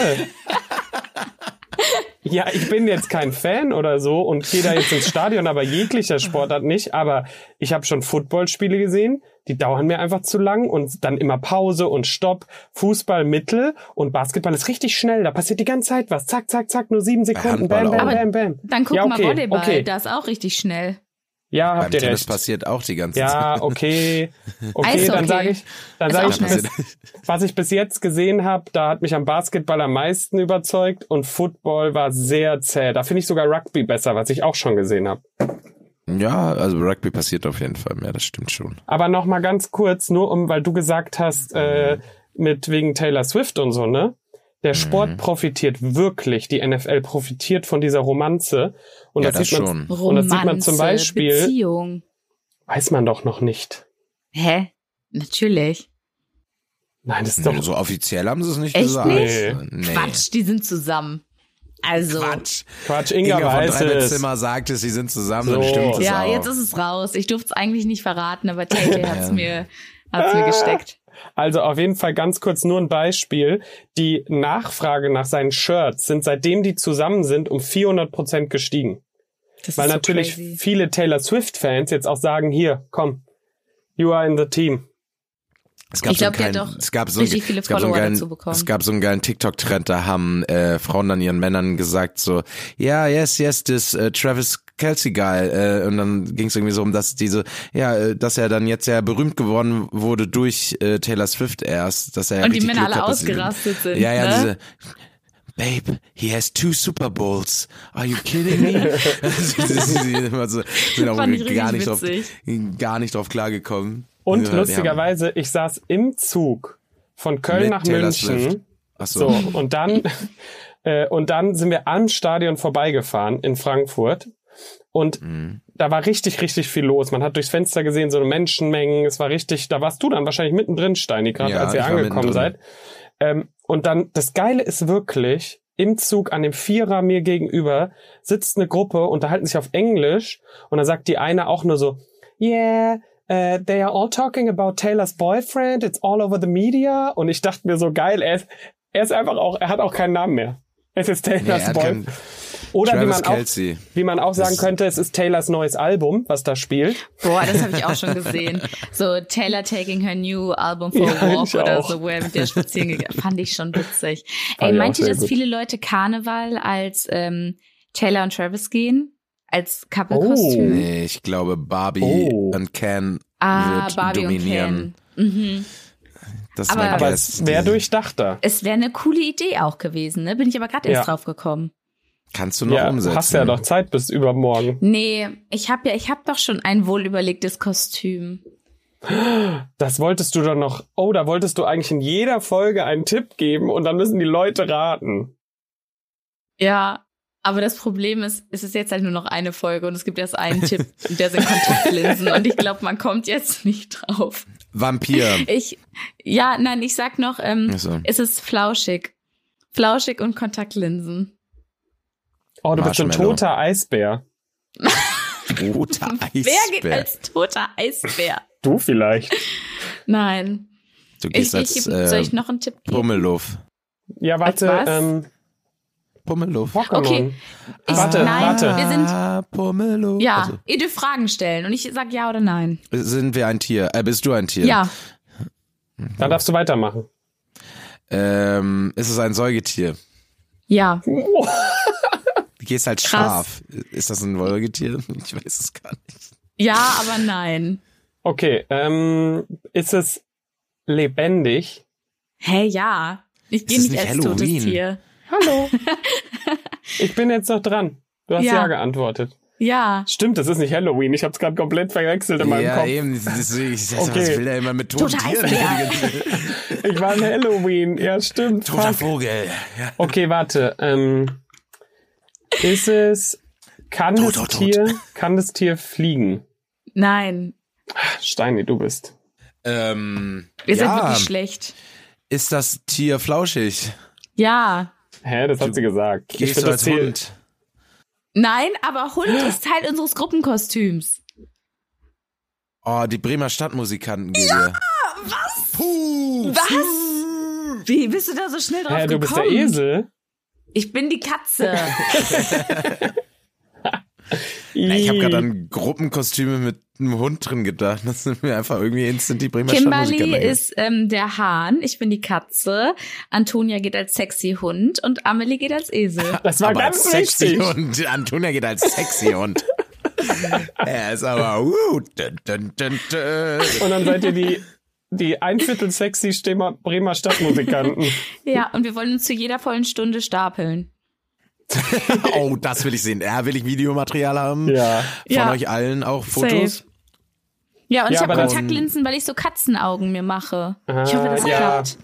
[SPEAKER 1] Ja, ich bin jetzt kein Fan oder so und gehe da jetzt ins Stadion, aber jeglicher Sportart nicht. Aber ich habe schon Footballspiele gesehen, die dauern mir einfach zu lang und dann immer Pause und Stopp. Fußball Mittel und Basketball ist richtig schnell. Da passiert die ganze Zeit was. Zack, zack, zack, nur sieben Sekunden.
[SPEAKER 3] Handball
[SPEAKER 1] Bam, bam,
[SPEAKER 3] auch.
[SPEAKER 1] bam, bam.
[SPEAKER 2] Dann guck
[SPEAKER 1] ja, okay,
[SPEAKER 2] mal Volleyball,
[SPEAKER 1] Okay.
[SPEAKER 2] da ist auch richtig schnell.
[SPEAKER 1] Ja,
[SPEAKER 3] Beim
[SPEAKER 1] habt ihr
[SPEAKER 3] Tennis
[SPEAKER 1] recht.
[SPEAKER 3] passiert auch die ganze Zeit.
[SPEAKER 1] Ja, okay. Okay,
[SPEAKER 2] Eishockey.
[SPEAKER 1] dann sage ich, dann
[SPEAKER 2] Ist
[SPEAKER 1] sage
[SPEAKER 2] auch
[SPEAKER 1] ich,
[SPEAKER 2] schnell.
[SPEAKER 1] bis, was ich bis jetzt gesehen habe, da hat mich am Basketball am meisten überzeugt und Football war sehr zäh. Da finde ich sogar Rugby besser, was ich auch schon gesehen habe.
[SPEAKER 3] Ja, also Rugby passiert auf jeden Fall mehr, das stimmt schon.
[SPEAKER 1] Aber noch mal ganz kurz, nur um, weil du gesagt hast, äh, mit wegen Taylor Swift und so, ne?
[SPEAKER 3] Mhm.
[SPEAKER 1] Der Sport profitiert wirklich, die NFL profitiert von dieser Romanze. Und
[SPEAKER 3] ja,
[SPEAKER 1] das, sieht man,
[SPEAKER 3] schon.
[SPEAKER 1] Und das sieht man zum
[SPEAKER 2] Romanze,
[SPEAKER 1] Beispiel-
[SPEAKER 2] Beziehung.
[SPEAKER 1] weiß man doch noch nicht.
[SPEAKER 2] Hä? Natürlich.
[SPEAKER 1] Nein, das ist doch
[SPEAKER 3] Nee, so offiziell haben sie es nicht
[SPEAKER 2] Echt
[SPEAKER 3] gesagt.
[SPEAKER 1] nicht?
[SPEAKER 3] Nee.
[SPEAKER 2] Quatsch, die sind zusammen. Also.
[SPEAKER 3] Quatsch.
[SPEAKER 1] Quatsch.
[SPEAKER 3] Inga,
[SPEAKER 1] Inga,
[SPEAKER 3] von
[SPEAKER 1] weiß es.
[SPEAKER 3] Dreibettzimmer sagt es, sie sind zusammen,
[SPEAKER 1] So.
[SPEAKER 3] dann stimmt es
[SPEAKER 2] Ja,
[SPEAKER 3] auch.
[SPEAKER 2] jetzt ist es raus. Ich durfte es eigentlich nicht verraten, aber Tay hat es
[SPEAKER 3] Ja.
[SPEAKER 2] mir, hat's
[SPEAKER 1] Ah.
[SPEAKER 2] mir gesteckt.
[SPEAKER 1] Also auf jeden Fall ganz kurz nur ein Beispiel. Die Nachfrage nach seinen Shirts sind seitdem die zusammen sind um 400 Prozent gestiegen.
[SPEAKER 2] Das
[SPEAKER 1] Weil
[SPEAKER 2] ist so
[SPEAKER 1] natürlich
[SPEAKER 2] crazy.
[SPEAKER 1] viele Taylor Swift Fans jetzt auch sagen, hier, komm, you are in the team.
[SPEAKER 3] es gab
[SPEAKER 2] Ich
[SPEAKER 3] so einen
[SPEAKER 2] glaub, die hat
[SPEAKER 3] geilen-
[SPEAKER 2] doch
[SPEAKER 3] es gab so
[SPEAKER 2] richtig
[SPEAKER 3] einen-
[SPEAKER 2] viele
[SPEAKER 3] es gab so einen
[SPEAKER 2] Follower
[SPEAKER 3] geilen-
[SPEAKER 2] dazu bekommen.
[SPEAKER 3] Es gab so einen geilen TikTok-Trend, da haben äh, Frauen dann ihren Männern gesagt so, ja, yes, yes, this äh, Travis Kelsey Guy. Äh, und dann ging es irgendwie so um, dass diese, ja, äh, dass er dann jetzt ja berühmt geworden wurde durch äh, Taylor Swift erst. Dass er ja
[SPEAKER 2] Und die
[SPEAKER 3] richtig
[SPEAKER 2] Männer
[SPEAKER 3] Glück
[SPEAKER 2] alle
[SPEAKER 3] hat, dass sie-
[SPEAKER 2] ausgerastet sind.
[SPEAKER 3] Ja, ja,
[SPEAKER 2] ne?
[SPEAKER 3] diese Babe, he has two Super Bowls. Are you kidding me? sie sie- sie sind immer so, sind auch gar
[SPEAKER 2] Fand ich richtig
[SPEAKER 3] nicht, drauf,
[SPEAKER 2] witzig.
[SPEAKER 3] gar nicht drauf klargekommen.
[SPEAKER 1] Und
[SPEAKER 3] Ja, die haben-
[SPEAKER 1] lustigerweise, ich saß im Zug von Köln
[SPEAKER 3] Mit
[SPEAKER 1] nach
[SPEAKER 3] Taylor
[SPEAKER 1] München.
[SPEAKER 3] Swift. Ach
[SPEAKER 1] So, und dann, äh, und dann sind wir am Stadion vorbeigefahren in Frankfurt. Und
[SPEAKER 3] Mhm.
[SPEAKER 1] da war richtig, richtig viel los. Man hat durchs Fenster gesehen, so eine Menschenmengen. Es war richtig, da warst du dann wahrscheinlich mittendrin, Steini, gerade
[SPEAKER 3] Ja,
[SPEAKER 1] als ihr
[SPEAKER 3] ich war
[SPEAKER 1] angekommen
[SPEAKER 3] mittendrin.
[SPEAKER 1] seid. Ähm, und dann, das Geile ist wirklich, im Zug an dem Vierer mir gegenüber sitzt eine Gruppe, unterhalten sich auf Englisch und dann sagt die eine auch nur so, yeah, äh, they are all talking about Taylor's boyfriend, it's all over the media. Und ich dachte mir so, geil, er ist, er ist einfach auch, er hat auch keinen Namen mehr. Es ist
[SPEAKER 3] Nee,
[SPEAKER 1] Taylors
[SPEAKER 3] er hat
[SPEAKER 1] Boyfriend.
[SPEAKER 3] keinen-
[SPEAKER 1] Oder wie
[SPEAKER 3] Travis
[SPEAKER 1] man, auch,
[SPEAKER 3] Kelce.
[SPEAKER 1] wie man auch sagen
[SPEAKER 3] Das-
[SPEAKER 1] könnte, es ist Taylors neues Album, was da spielt.
[SPEAKER 2] Boah, das habe ich auch schon gesehen. So Taylor taking her new album for
[SPEAKER 1] Ja,
[SPEAKER 2] a walk
[SPEAKER 1] ich
[SPEAKER 2] oder
[SPEAKER 1] auch.
[SPEAKER 2] so, wo er mit der spazieren gegangen Fand ich schon witzig.
[SPEAKER 1] Fand
[SPEAKER 2] Ey,
[SPEAKER 1] ich
[SPEAKER 2] meint
[SPEAKER 1] auch
[SPEAKER 2] ihr,
[SPEAKER 1] sehr
[SPEAKER 2] dass
[SPEAKER 1] gut.
[SPEAKER 2] viele Leute Karneval als ähm, Taylor und Travis gehen? Als
[SPEAKER 1] Oh.
[SPEAKER 2] Couple-Kostüm?
[SPEAKER 3] Nee, ich glaube, Barbie
[SPEAKER 1] Oh.
[SPEAKER 3] und Ken
[SPEAKER 2] ah,
[SPEAKER 3] wird
[SPEAKER 2] Barbie
[SPEAKER 3] dominieren.
[SPEAKER 2] und Ken. Mhm.
[SPEAKER 3] Das Ah. ist
[SPEAKER 2] Aber-
[SPEAKER 3] mein
[SPEAKER 1] Aber
[SPEAKER 3] Guess.
[SPEAKER 1] es wäre
[SPEAKER 3] Die-
[SPEAKER 1] durchdachter.
[SPEAKER 2] Es wäre eine coole Idee auch gewesen, ne? Bin ich aber gerade erst
[SPEAKER 1] Ja.
[SPEAKER 2] drauf gekommen.
[SPEAKER 3] Kannst du noch
[SPEAKER 1] Ja,
[SPEAKER 3] umsetzen.
[SPEAKER 1] hast ja noch Zeit bis übermorgen.
[SPEAKER 2] Nee, ich habe ja, ich habe doch schon ein wohlüberlegtes Kostüm.
[SPEAKER 1] Das wolltest du doch noch. Oh, da wolltest du eigentlich in jeder Folge einen Tipp geben und dann müssen die Leute raten.
[SPEAKER 2] Ja, aber das Problem ist, es ist jetzt halt nur noch eine Folge und es gibt erst einen Tipp und der sind Kontaktlinsen und ich glaube, man kommt jetzt nicht drauf.
[SPEAKER 3] Vampir.
[SPEAKER 2] Ich, ja, nein, ich sag noch, ähm,
[SPEAKER 3] Also,
[SPEAKER 2] es ist flauschig. Flauschig und Kontaktlinsen.
[SPEAKER 1] Oh, du bist so ein
[SPEAKER 3] Marshmallow.
[SPEAKER 1] toter Eisbär.
[SPEAKER 3] roter
[SPEAKER 2] Wer geht
[SPEAKER 3] Eisbär.
[SPEAKER 2] als toter Eisbär?
[SPEAKER 1] Du vielleicht.
[SPEAKER 2] Nein.
[SPEAKER 3] Du
[SPEAKER 2] Ich,
[SPEAKER 3] gehst
[SPEAKER 2] ich,
[SPEAKER 3] als
[SPEAKER 2] soll
[SPEAKER 3] äh,
[SPEAKER 2] ich noch einen Tipp geben?
[SPEAKER 3] Pummeluff.
[SPEAKER 1] Ja, warte.
[SPEAKER 2] Als was?
[SPEAKER 1] Ähm,
[SPEAKER 3] Pummeluff.
[SPEAKER 1] Pokémon.
[SPEAKER 2] Okay. Ich,
[SPEAKER 1] Warte,
[SPEAKER 2] nein,
[SPEAKER 1] warte.
[SPEAKER 2] wir sind,
[SPEAKER 3] Ah, Pummeluff.
[SPEAKER 2] ja,
[SPEAKER 3] Also,
[SPEAKER 2] ihr dürft Fragen stellen und ich sag ja oder nein.
[SPEAKER 3] sind wir ein Tier? Äh, bist du ein Tier?
[SPEAKER 2] Ja,
[SPEAKER 1] Dann darfst du weitermachen.
[SPEAKER 3] Ähm, ist es ein Säugetier?
[SPEAKER 2] ja.
[SPEAKER 3] Du gehst als
[SPEAKER 2] Krass.
[SPEAKER 3] Schaf. Ist das ein Säugetier? Ich weiß es gar nicht.
[SPEAKER 2] Ja, aber nein.
[SPEAKER 1] Okay, ähm, ist es lebendig?
[SPEAKER 2] Hä, ja. Ich gehe
[SPEAKER 3] Ist es
[SPEAKER 2] nicht als
[SPEAKER 3] nicht
[SPEAKER 2] totes
[SPEAKER 3] Halloween?
[SPEAKER 2] Tier.
[SPEAKER 1] Hallo. ich bin jetzt noch dran. Du hast ja,
[SPEAKER 2] Ja.
[SPEAKER 1] geantwortet.
[SPEAKER 2] Ja.
[SPEAKER 1] Stimmt, das ist nicht Halloween. Ich habe es gerade komplett verwechselt in meinem
[SPEAKER 3] ja,
[SPEAKER 1] Kopf.
[SPEAKER 3] eben. Deswegen, ich sag,
[SPEAKER 1] Okay.
[SPEAKER 3] Was will er immer mit toten
[SPEAKER 2] Toter
[SPEAKER 3] Tieren?
[SPEAKER 1] Ich war in Halloween. Ja, stimmt.
[SPEAKER 3] Toter
[SPEAKER 1] Fuck.
[SPEAKER 3] Vogel. Ja.
[SPEAKER 1] Okay, warte. Ähm, ist es, kann
[SPEAKER 3] Tut,
[SPEAKER 1] das
[SPEAKER 3] tut, tut.
[SPEAKER 1] Tier, kann das Tier fliegen?
[SPEAKER 2] Nein,
[SPEAKER 1] Steini, du bist.
[SPEAKER 3] Ähm,
[SPEAKER 2] wir sind
[SPEAKER 3] ja,
[SPEAKER 2] wirklich schlecht.
[SPEAKER 3] ist das Tier flauschig?
[SPEAKER 2] Ja.
[SPEAKER 1] Hä, das hat sie gesagt.
[SPEAKER 3] Gehst
[SPEAKER 1] find
[SPEAKER 3] du als
[SPEAKER 1] Tier-
[SPEAKER 3] Hund?
[SPEAKER 2] Nein, aber Hund ist Teil unseres Gruppenkostüms.
[SPEAKER 3] Oh, die Bremer Stadtmusikanten gehen hier. Was? Puh.
[SPEAKER 2] Was? Wie bist du da so schnell drauf
[SPEAKER 1] Hä, du
[SPEAKER 2] gekommen?
[SPEAKER 1] bist der Esel?
[SPEAKER 2] Ich bin die Katze.
[SPEAKER 3] Na, ich habe gerade an Gruppenkostüme mit einem Hund drin gedacht. Das sind mir einfach irgendwie instant die Bremer
[SPEAKER 2] Kimberly
[SPEAKER 3] Stadtmusikanten.
[SPEAKER 2] ist ähm, der Hahn, ich bin die Katze. Antonia geht als sexy Hund und Amelie geht als Esel.
[SPEAKER 1] Das war
[SPEAKER 3] aber
[SPEAKER 1] ganz
[SPEAKER 3] als sexy
[SPEAKER 1] wichtig.
[SPEAKER 3] Hund. Antonia geht als sexy Hund. er ist aber. Uh, dun, dun, dun, dun.
[SPEAKER 1] Und dann seid ihr die, die ein Viertel sexy Stemmer- Bremer Stadtmusikanten.
[SPEAKER 2] Ja, und wir wollen uns zu jeder vollen Stunde stapeln.
[SPEAKER 3] Oh, das will ich sehen. Ja, will ich Videomaterial haben.
[SPEAKER 1] ja.
[SPEAKER 3] Von
[SPEAKER 2] Ja.
[SPEAKER 3] euch allen auch Fotos.
[SPEAKER 2] Safe. Ja, und
[SPEAKER 1] Ja,
[SPEAKER 2] ich habe
[SPEAKER 1] aber das-
[SPEAKER 2] Kontaktlinsen, weil ich so Katzenaugen mir mache. ich
[SPEAKER 1] Ah,
[SPEAKER 2] hoffe, das
[SPEAKER 1] ja.
[SPEAKER 2] klappt.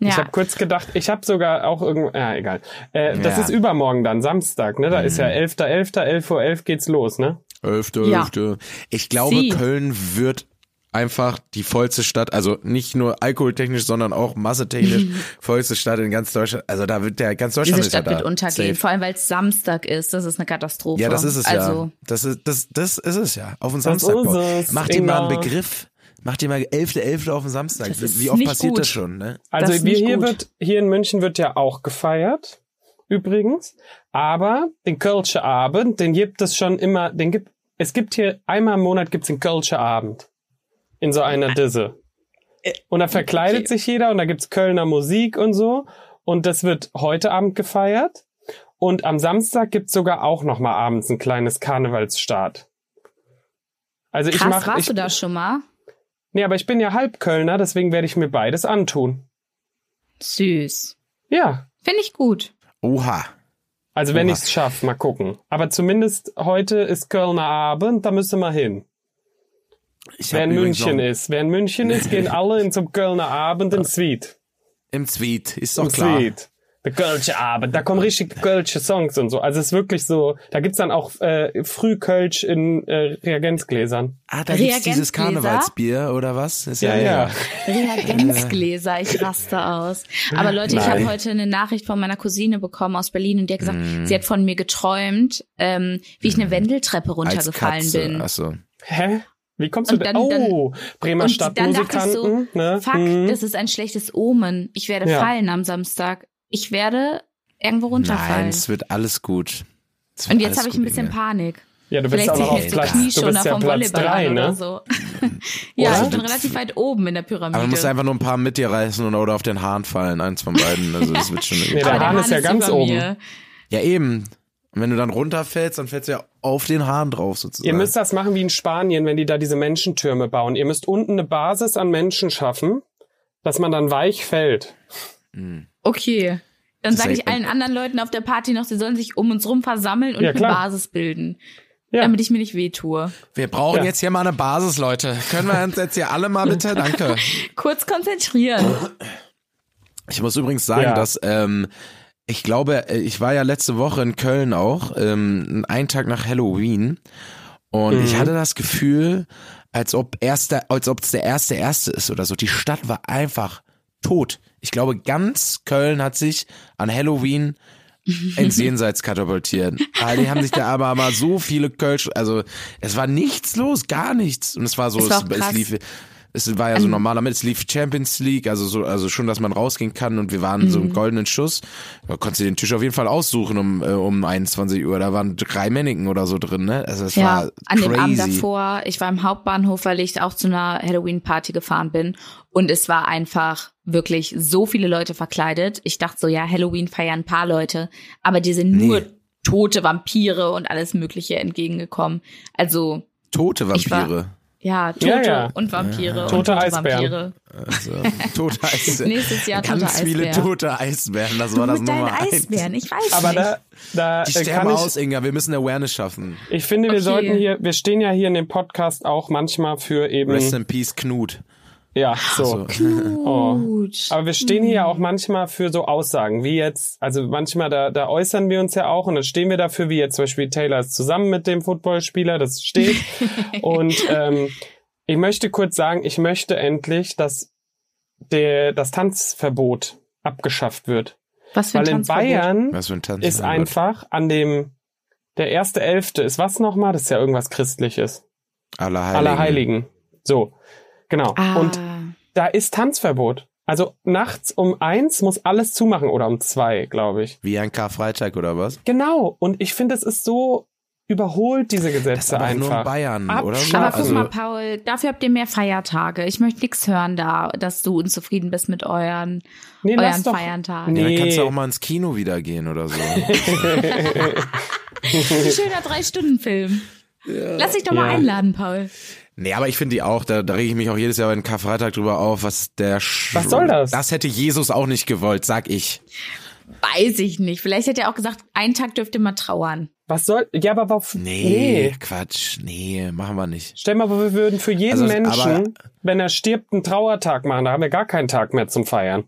[SPEAKER 2] Ja.
[SPEAKER 1] Ich habe kurz gedacht, ich habe sogar auch irgend, ja, egal. Äh, das
[SPEAKER 3] Ja.
[SPEAKER 1] ist übermorgen dann, Samstag, ne? Da ist ja 11.11., 11.11 Uhr geht's los, ne?
[SPEAKER 3] Elfte,
[SPEAKER 2] Ja.
[SPEAKER 3] elfte. Ich glaube,
[SPEAKER 2] Sie.
[SPEAKER 3] Köln wird einfach die vollste Stadt, also nicht nur alkoholtechnisch, sondern auch massetechnisch vollste Stadt in ganz Deutschland. Also da wird der ganz Deutschland
[SPEAKER 2] Diese
[SPEAKER 3] ist ja
[SPEAKER 2] Stadt wird
[SPEAKER 3] da.
[SPEAKER 2] untergehen,
[SPEAKER 3] Safe.
[SPEAKER 2] vor allem weil es Samstag ist. Das ist eine Katastrophe.
[SPEAKER 3] Ja, das ist es
[SPEAKER 2] also,
[SPEAKER 3] ja. Das ist das das ist es ja. Auf den
[SPEAKER 1] Das
[SPEAKER 3] Samstag.
[SPEAKER 1] ist
[SPEAKER 3] Bock.
[SPEAKER 1] es,
[SPEAKER 3] Mach dir mal einen
[SPEAKER 1] Inga.
[SPEAKER 3] Begriff. Mach dir mal elfte, elfte auf den Samstag.
[SPEAKER 2] Das ist
[SPEAKER 3] Wie oft
[SPEAKER 2] nicht
[SPEAKER 3] passiert
[SPEAKER 2] gut.
[SPEAKER 3] das schon? Ne?
[SPEAKER 2] Das
[SPEAKER 1] Also
[SPEAKER 2] ist
[SPEAKER 1] wir
[SPEAKER 2] nicht
[SPEAKER 1] hier
[SPEAKER 2] gut.
[SPEAKER 1] wird, hier in München wird ja auch gefeiert, übrigens. Aber den Kölsche Abend, den gibt es schon immer, den gibt, es gibt hier einmal im Monat gibt's den Kölsche Abend. In so einer Disse.
[SPEAKER 2] Äh,
[SPEAKER 1] Und da verkleidet sich jeder und da gibt's Kölner Musik und so. Und das wird heute Abend gefeiert. Und am Samstag gibt's sogar auch nochmal abends ein kleines Karnevalsstart. Also ich
[SPEAKER 2] krass,
[SPEAKER 1] mach,
[SPEAKER 2] warst
[SPEAKER 1] ich,
[SPEAKER 2] du da schon mal?
[SPEAKER 1] Nee, aber ich bin ja Halbkölner, deswegen werde ich mir beides antun.
[SPEAKER 2] Süß.
[SPEAKER 1] Ja,
[SPEAKER 2] Finde ich gut.
[SPEAKER 3] Oha.
[SPEAKER 1] Also wenn
[SPEAKER 3] Oha.
[SPEAKER 1] ich's schaff, mal gucken. Aber zumindest heute ist Kölner Abend, da müssen wir hin.
[SPEAKER 3] Ich
[SPEAKER 1] Wer
[SPEAKER 3] hab
[SPEAKER 1] in
[SPEAKER 3] übrigens
[SPEAKER 1] München
[SPEAKER 3] noch-
[SPEAKER 1] ist. Wer in München ist, gehen alle in zum Kölner Abend im Sweet.
[SPEAKER 3] Im Zwiet, ist
[SPEAKER 1] Im
[SPEAKER 3] doch klar.
[SPEAKER 1] Sweet. Der Kölsche Abend. Da kommen richtig Kölsche Songs und so. Also es ist wirklich so, da gibt's dann auch äh, Frühkölsch in äh, Reagenzgläsern.
[SPEAKER 3] Ah, da gibt's
[SPEAKER 2] Reagenzgläser?
[SPEAKER 3] dieses Karnevalsbier oder was? Ist
[SPEAKER 1] Ja, ja.
[SPEAKER 2] Reagenzgläser, ich raste aus. Aber Leute, ich
[SPEAKER 1] Nein.
[SPEAKER 2] habe heute eine Nachricht von meiner Cousine bekommen aus Berlin und die hat gesagt,
[SPEAKER 3] Mm.
[SPEAKER 2] sie hat von mir geträumt, ähm, wie ich eine Wendeltreppe
[SPEAKER 3] Als
[SPEAKER 2] runtergefallen
[SPEAKER 3] Katze.
[SPEAKER 2] bin.
[SPEAKER 3] Achso.
[SPEAKER 1] Hä? Wie kommst du
[SPEAKER 2] Und
[SPEAKER 1] da?
[SPEAKER 2] dann- dann-
[SPEAKER 1] Oh, Bremer
[SPEAKER 2] Und dann dachte ich so,
[SPEAKER 1] Stadtmusikanten. ne?
[SPEAKER 2] Fuck,
[SPEAKER 1] Mhm.
[SPEAKER 2] das ist ein schlechtes Omen. Ich werde
[SPEAKER 1] Ja.
[SPEAKER 2] fallen am Samstag. Ich werde irgendwo
[SPEAKER 3] Nein,
[SPEAKER 2] runterfallen.
[SPEAKER 3] es wird alles gut. Es wird
[SPEAKER 2] und jetzt
[SPEAKER 3] alles
[SPEAKER 2] habe ich
[SPEAKER 3] gut,
[SPEAKER 2] ein bisschen
[SPEAKER 3] Inge.
[SPEAKER 2] Panik.
[SPEAKER 1] Ja, du bist
[SPEAKER 2] Vielleicht
[SPEAKER 1] auch
[SPEAKER 2] sehe
[SPEAKER 1] noch
[SPEAKER 2] ich
[SPEAKER 1] auf
[SPEAKER 2] mir
[SPEAKER 3] jetzt
[SPEAKER 2] so
[SPEAKER 1] Platz. Du
[SPEAKER 2] Knieschonner
[SPEAKER 1] bist ja
[SPEAKER 2] vom
[SPEAKER 1] Platz
[SPEAKER 2] Volleyball
[SPEAKER 1] 3,
[SPEAKER 2] an oder
[SPEAKER 1] ne?
[SPEAKER 2] so. ja,
[SPEAKER 3] Also
[SPEAKER 2] ich bin
[SPEAKER 3] du-
[SPEAKER 2] relativ weit oben in der Pyramide.
[SPEAKER 3] Aber man muss einfach nur ein paar mit dir reißen und- oder auf den Hahn fallen, eins von beiden. Also das wird schon
[SPEAKER 1] Nee,
[SPEAKER 3] irgendwie.
[SPEAKER 1] der
[SPEAKER 2] Aber
[SPEAKER 1] Hahn ist ja ganz
[SPEAKER 2] über
[SPEAKER 1] oben.
[SPEAKER 2] mir.
[SPEAKER 3] Ja, eben. Und wenn du dann runterfällst, dann fällst du ja auf den Hahn drauf sozusagen.
[SPEAKER 1] Ihr müsst das machen wie in Spanien, wenn die da diese Menschentürme bauen. Ihr müsst unten eine Basis an Menschen schaffen, dass man dann weich fällt.
[SPEAKER 2] Okay. Dann
[SPEAKER 3] Das
[SPEAKER 2] sage
[SPEAKER 3] ist
[SPEAKER 2] ich
[SPEAKER 3] ja-
[SPEAKER 2] allen anderen Leuten auf der Party noch, sie sollen sich um uns rum versammeln und
[SPEAKER 1] Ja,
[SPEAKER 2] eine
[SPEAKER 1] klar.
[SPEAKER 2] Basis bilden,
[SPEAKER 1] Ja,
[SPEAKER 2] damit ich mir nicht wehtue.
[SPEAKER 3] wir brauchen
[SPEAKER 1] Ja.
[SPEAKER 3] jetzt hier mal eine Basis, Leute. Können wir uns jetzt hier alle mal bitte? Danke.
[SPEAKER 2] Kurz konzentrieren.
[SPEAKER 3] Ich muss übrigens sagen,
[SPEAKER 1] Ja.
[SPEAKER 3] dass ähm, ich glaube, äh, ich war ja letzte Woche in Köln auch, ähm, einen Tag nach Halloween. Und
[SPEAKER 2] Mhm.
[SPEAKER 3] ich hatte das Gefühl, als ob erster, als ob es der erste erste ist oder so. Die Stadt war einfach tot. Ich glaube, ganz Köln hat sich an Halloween ins Jenseits katapultiert. Ah, Die haben sich da aber mal so viele Kölsch, also es war nichts los, gar nichts. Und es war so,
[SPEAKER 2] Es war auch
[SPEAKER 3] es, es
[SPEAKER 2] krass.
[SPEAKER 3] lief, es war ja
[SPEAKER 2] Also-
[SPEAKER 3] so normaler mit, es lief Champions League, also so, also schon, dass man rausgehen kann und wir waren so
[SPEAKER 2] Mhm.
[SPEAKER 3] im goldenen Schuss. Da konntest du den Tisch auf jeden Fall aussuchen um, äh, um 21 Uhr. Da waren drei Männchen oder so drin, ne? Also es
[SPEAKER 2] ja,
[SPEAKER 3] war
[SPEAKER 2] an
[SPEAKER 3] crazy.
[SPEAKER 2] dem Abend davor, ich war im Hauptbahnhof, weil ich auch zu einer Halloween-Party gefahren bin. Und es war einfach wirklich so viele Leute verkleidet. Ich dachte so, ja, Halloween feiern ein paar Leute, aber die sind
[SPEAKER 3] Nee.
[SPEAKER 2] nur tote Vampire und alles Mögliche entgegengekommen. Also,
[SPEAKER 3] Tote
[SPEAKER 2] Ich war-
[SPEAKER 3] Vampire.
[SPEAKER 2] ja, Tote
[SPEAKER 1] Ja, ja.
[SPEAKER 2] und Vampire. und
[SPEAKER 1] Tote Eisbären.
[SPEAKER 2] Vampire.
[SPEAKER 3] Also, tote Eisbären.
[SPEAKER 2] Nächstes Jahr tote
[SPEAKER 3] Ganz viele
[SPEAKER 2] Eisbären.
[SPEAKER 3] tote Eisbären, das war das
[SPEAKER 2] mit deinen
[SPEAKER 3] Nummer eins.
[SPEAKER 2] Eisbären, ich weiß
[SPEAKER 1] aber
[SPEAKER 2] nicht.
[SPEAKER 1] da, da
[SPEAKER 3] Die
[SPEAKER 1] äh, kann
[SPEAKER 3] sterben
[SPEAKER 1] ich,
[SPEAKER 3] aus, Inga. Wir müssen Awareness schaffen.
[SPEAKER 1] ich finde, wir
[SPEAKER 2] Okay.
[SPEAKER 1] sollten hier, wir stehen ja hier in dem Podcast auch manchmal für eben,
[SPEAKER 3] Rest in Peace, Knut. Also,
[SPEAKER 1] Ja, Mhm. so.
[SPEAKER 3] So.
[SPEAKER 2] Knut.
[SPEAKER 1] Aber wir stehen
[SPEAKER 2] Mhm.
[SPEAKER 1] hier ja auch manchmal für so Aussagen, wie jetzt, also manchmal, da, da äußern wir uns ja auch und dann stehen wir dafür, wie jetzt zum Beispiel Taylor ist zusammen mit dem Footballspieler, das steht. und ähm, ich möchte kurz sagen, ich möchte endlich, dass der, das Tanzverbot abgeschafft wird.
[SPEAKER 2] Was für ein
[SPEAKER 1] Weil in
[SPEAKER 2] Tanzverbot.
[SPEAKER 1] Bayern
[SPEAKER 3] Was für ein Tanz.
[SPEAKER 1] ist
[SPEAKER 3] mein Gott.
[SPEAKER 1] einfach an dem, der erste Elfte ist was nochmal? Das ist ja irgendwas Christliches.
[SPEAKER 3] Allerheiligen.
[SPEAKER 1] Allerheiligen. So, genau.
[SPEAKER 2] Ah.
[SPEAKER 1] Und da ist Tanzverbot. Also nachts um eins muss alles zumachen oder um zwei, glaube ich.
[SPEAKER 3] Wie ein Karfreitag oder was?
[SPEAKER 1] Genau. Und ich finde, es ist so überholt, diese
[SPEAKER 3] Das ist
[SPEAKER 1] Gesetze
[SPEAKER 3] aber nur in
[SPEAKER 1] einfach.
[SPEAKER 3] Bayern, oder? Also,
[SPEAKER 1] Abschaffen.
[SPEAKER 2] aber
[SPEAKER 1] Ja,
[SPEAKER 2] guck mal, Paul, dafür habt ihr mehr Feiertage. Ich möchte nichts hören da, dass du unzufrieden bist mit euren,
[SPEAKER 1] Nee,
[SPEAKER 2] euren
[SPEAKER 1] lass doch.
[SPEAKER 2] Feiertagen.
[SPEAKER 3] ja, dann
[SPEAKER 1] Nee.
[SPEAKER 3] kannst du auch mal ins Kino wieder gehen oder so.
[SPEAKER 2] Ein schöner Drei-Stunden-Film. Lass dich doch mal
[SPEAKER 1] Ja.
[SPEAKER 2] einladen, Paul.
[SPEAKER 3] Nee, aber ich finde die auch, da, da rege ich mich auch jedes Jahr bei den Karfreitag drüber auf, was der Sch
[SPEAKER 1] Was soll das?
[SPEAKER 3] Das hätte Jesus auch nicht gewollt, sag ich.
[SPEAKER 2] Weiß ich nicht. Vielleicht hätte er auch gesagt, einen Tag dürft ihr mal trauern.
[SPEAKER 1] Was soll. Ja, aber warum.
[SPEAKER 3] Nee, Quatsch, nee, machen wir nicht.
[SPEAKER 1] Stell mal, wir würden für jeden
[SPEAKER 3] Also, aber-
[SPEAKER 1] Menschen, wenn er stirbt, einen Trauertag machen. Da haben wir gar keinen Tag mehr zum Feiern.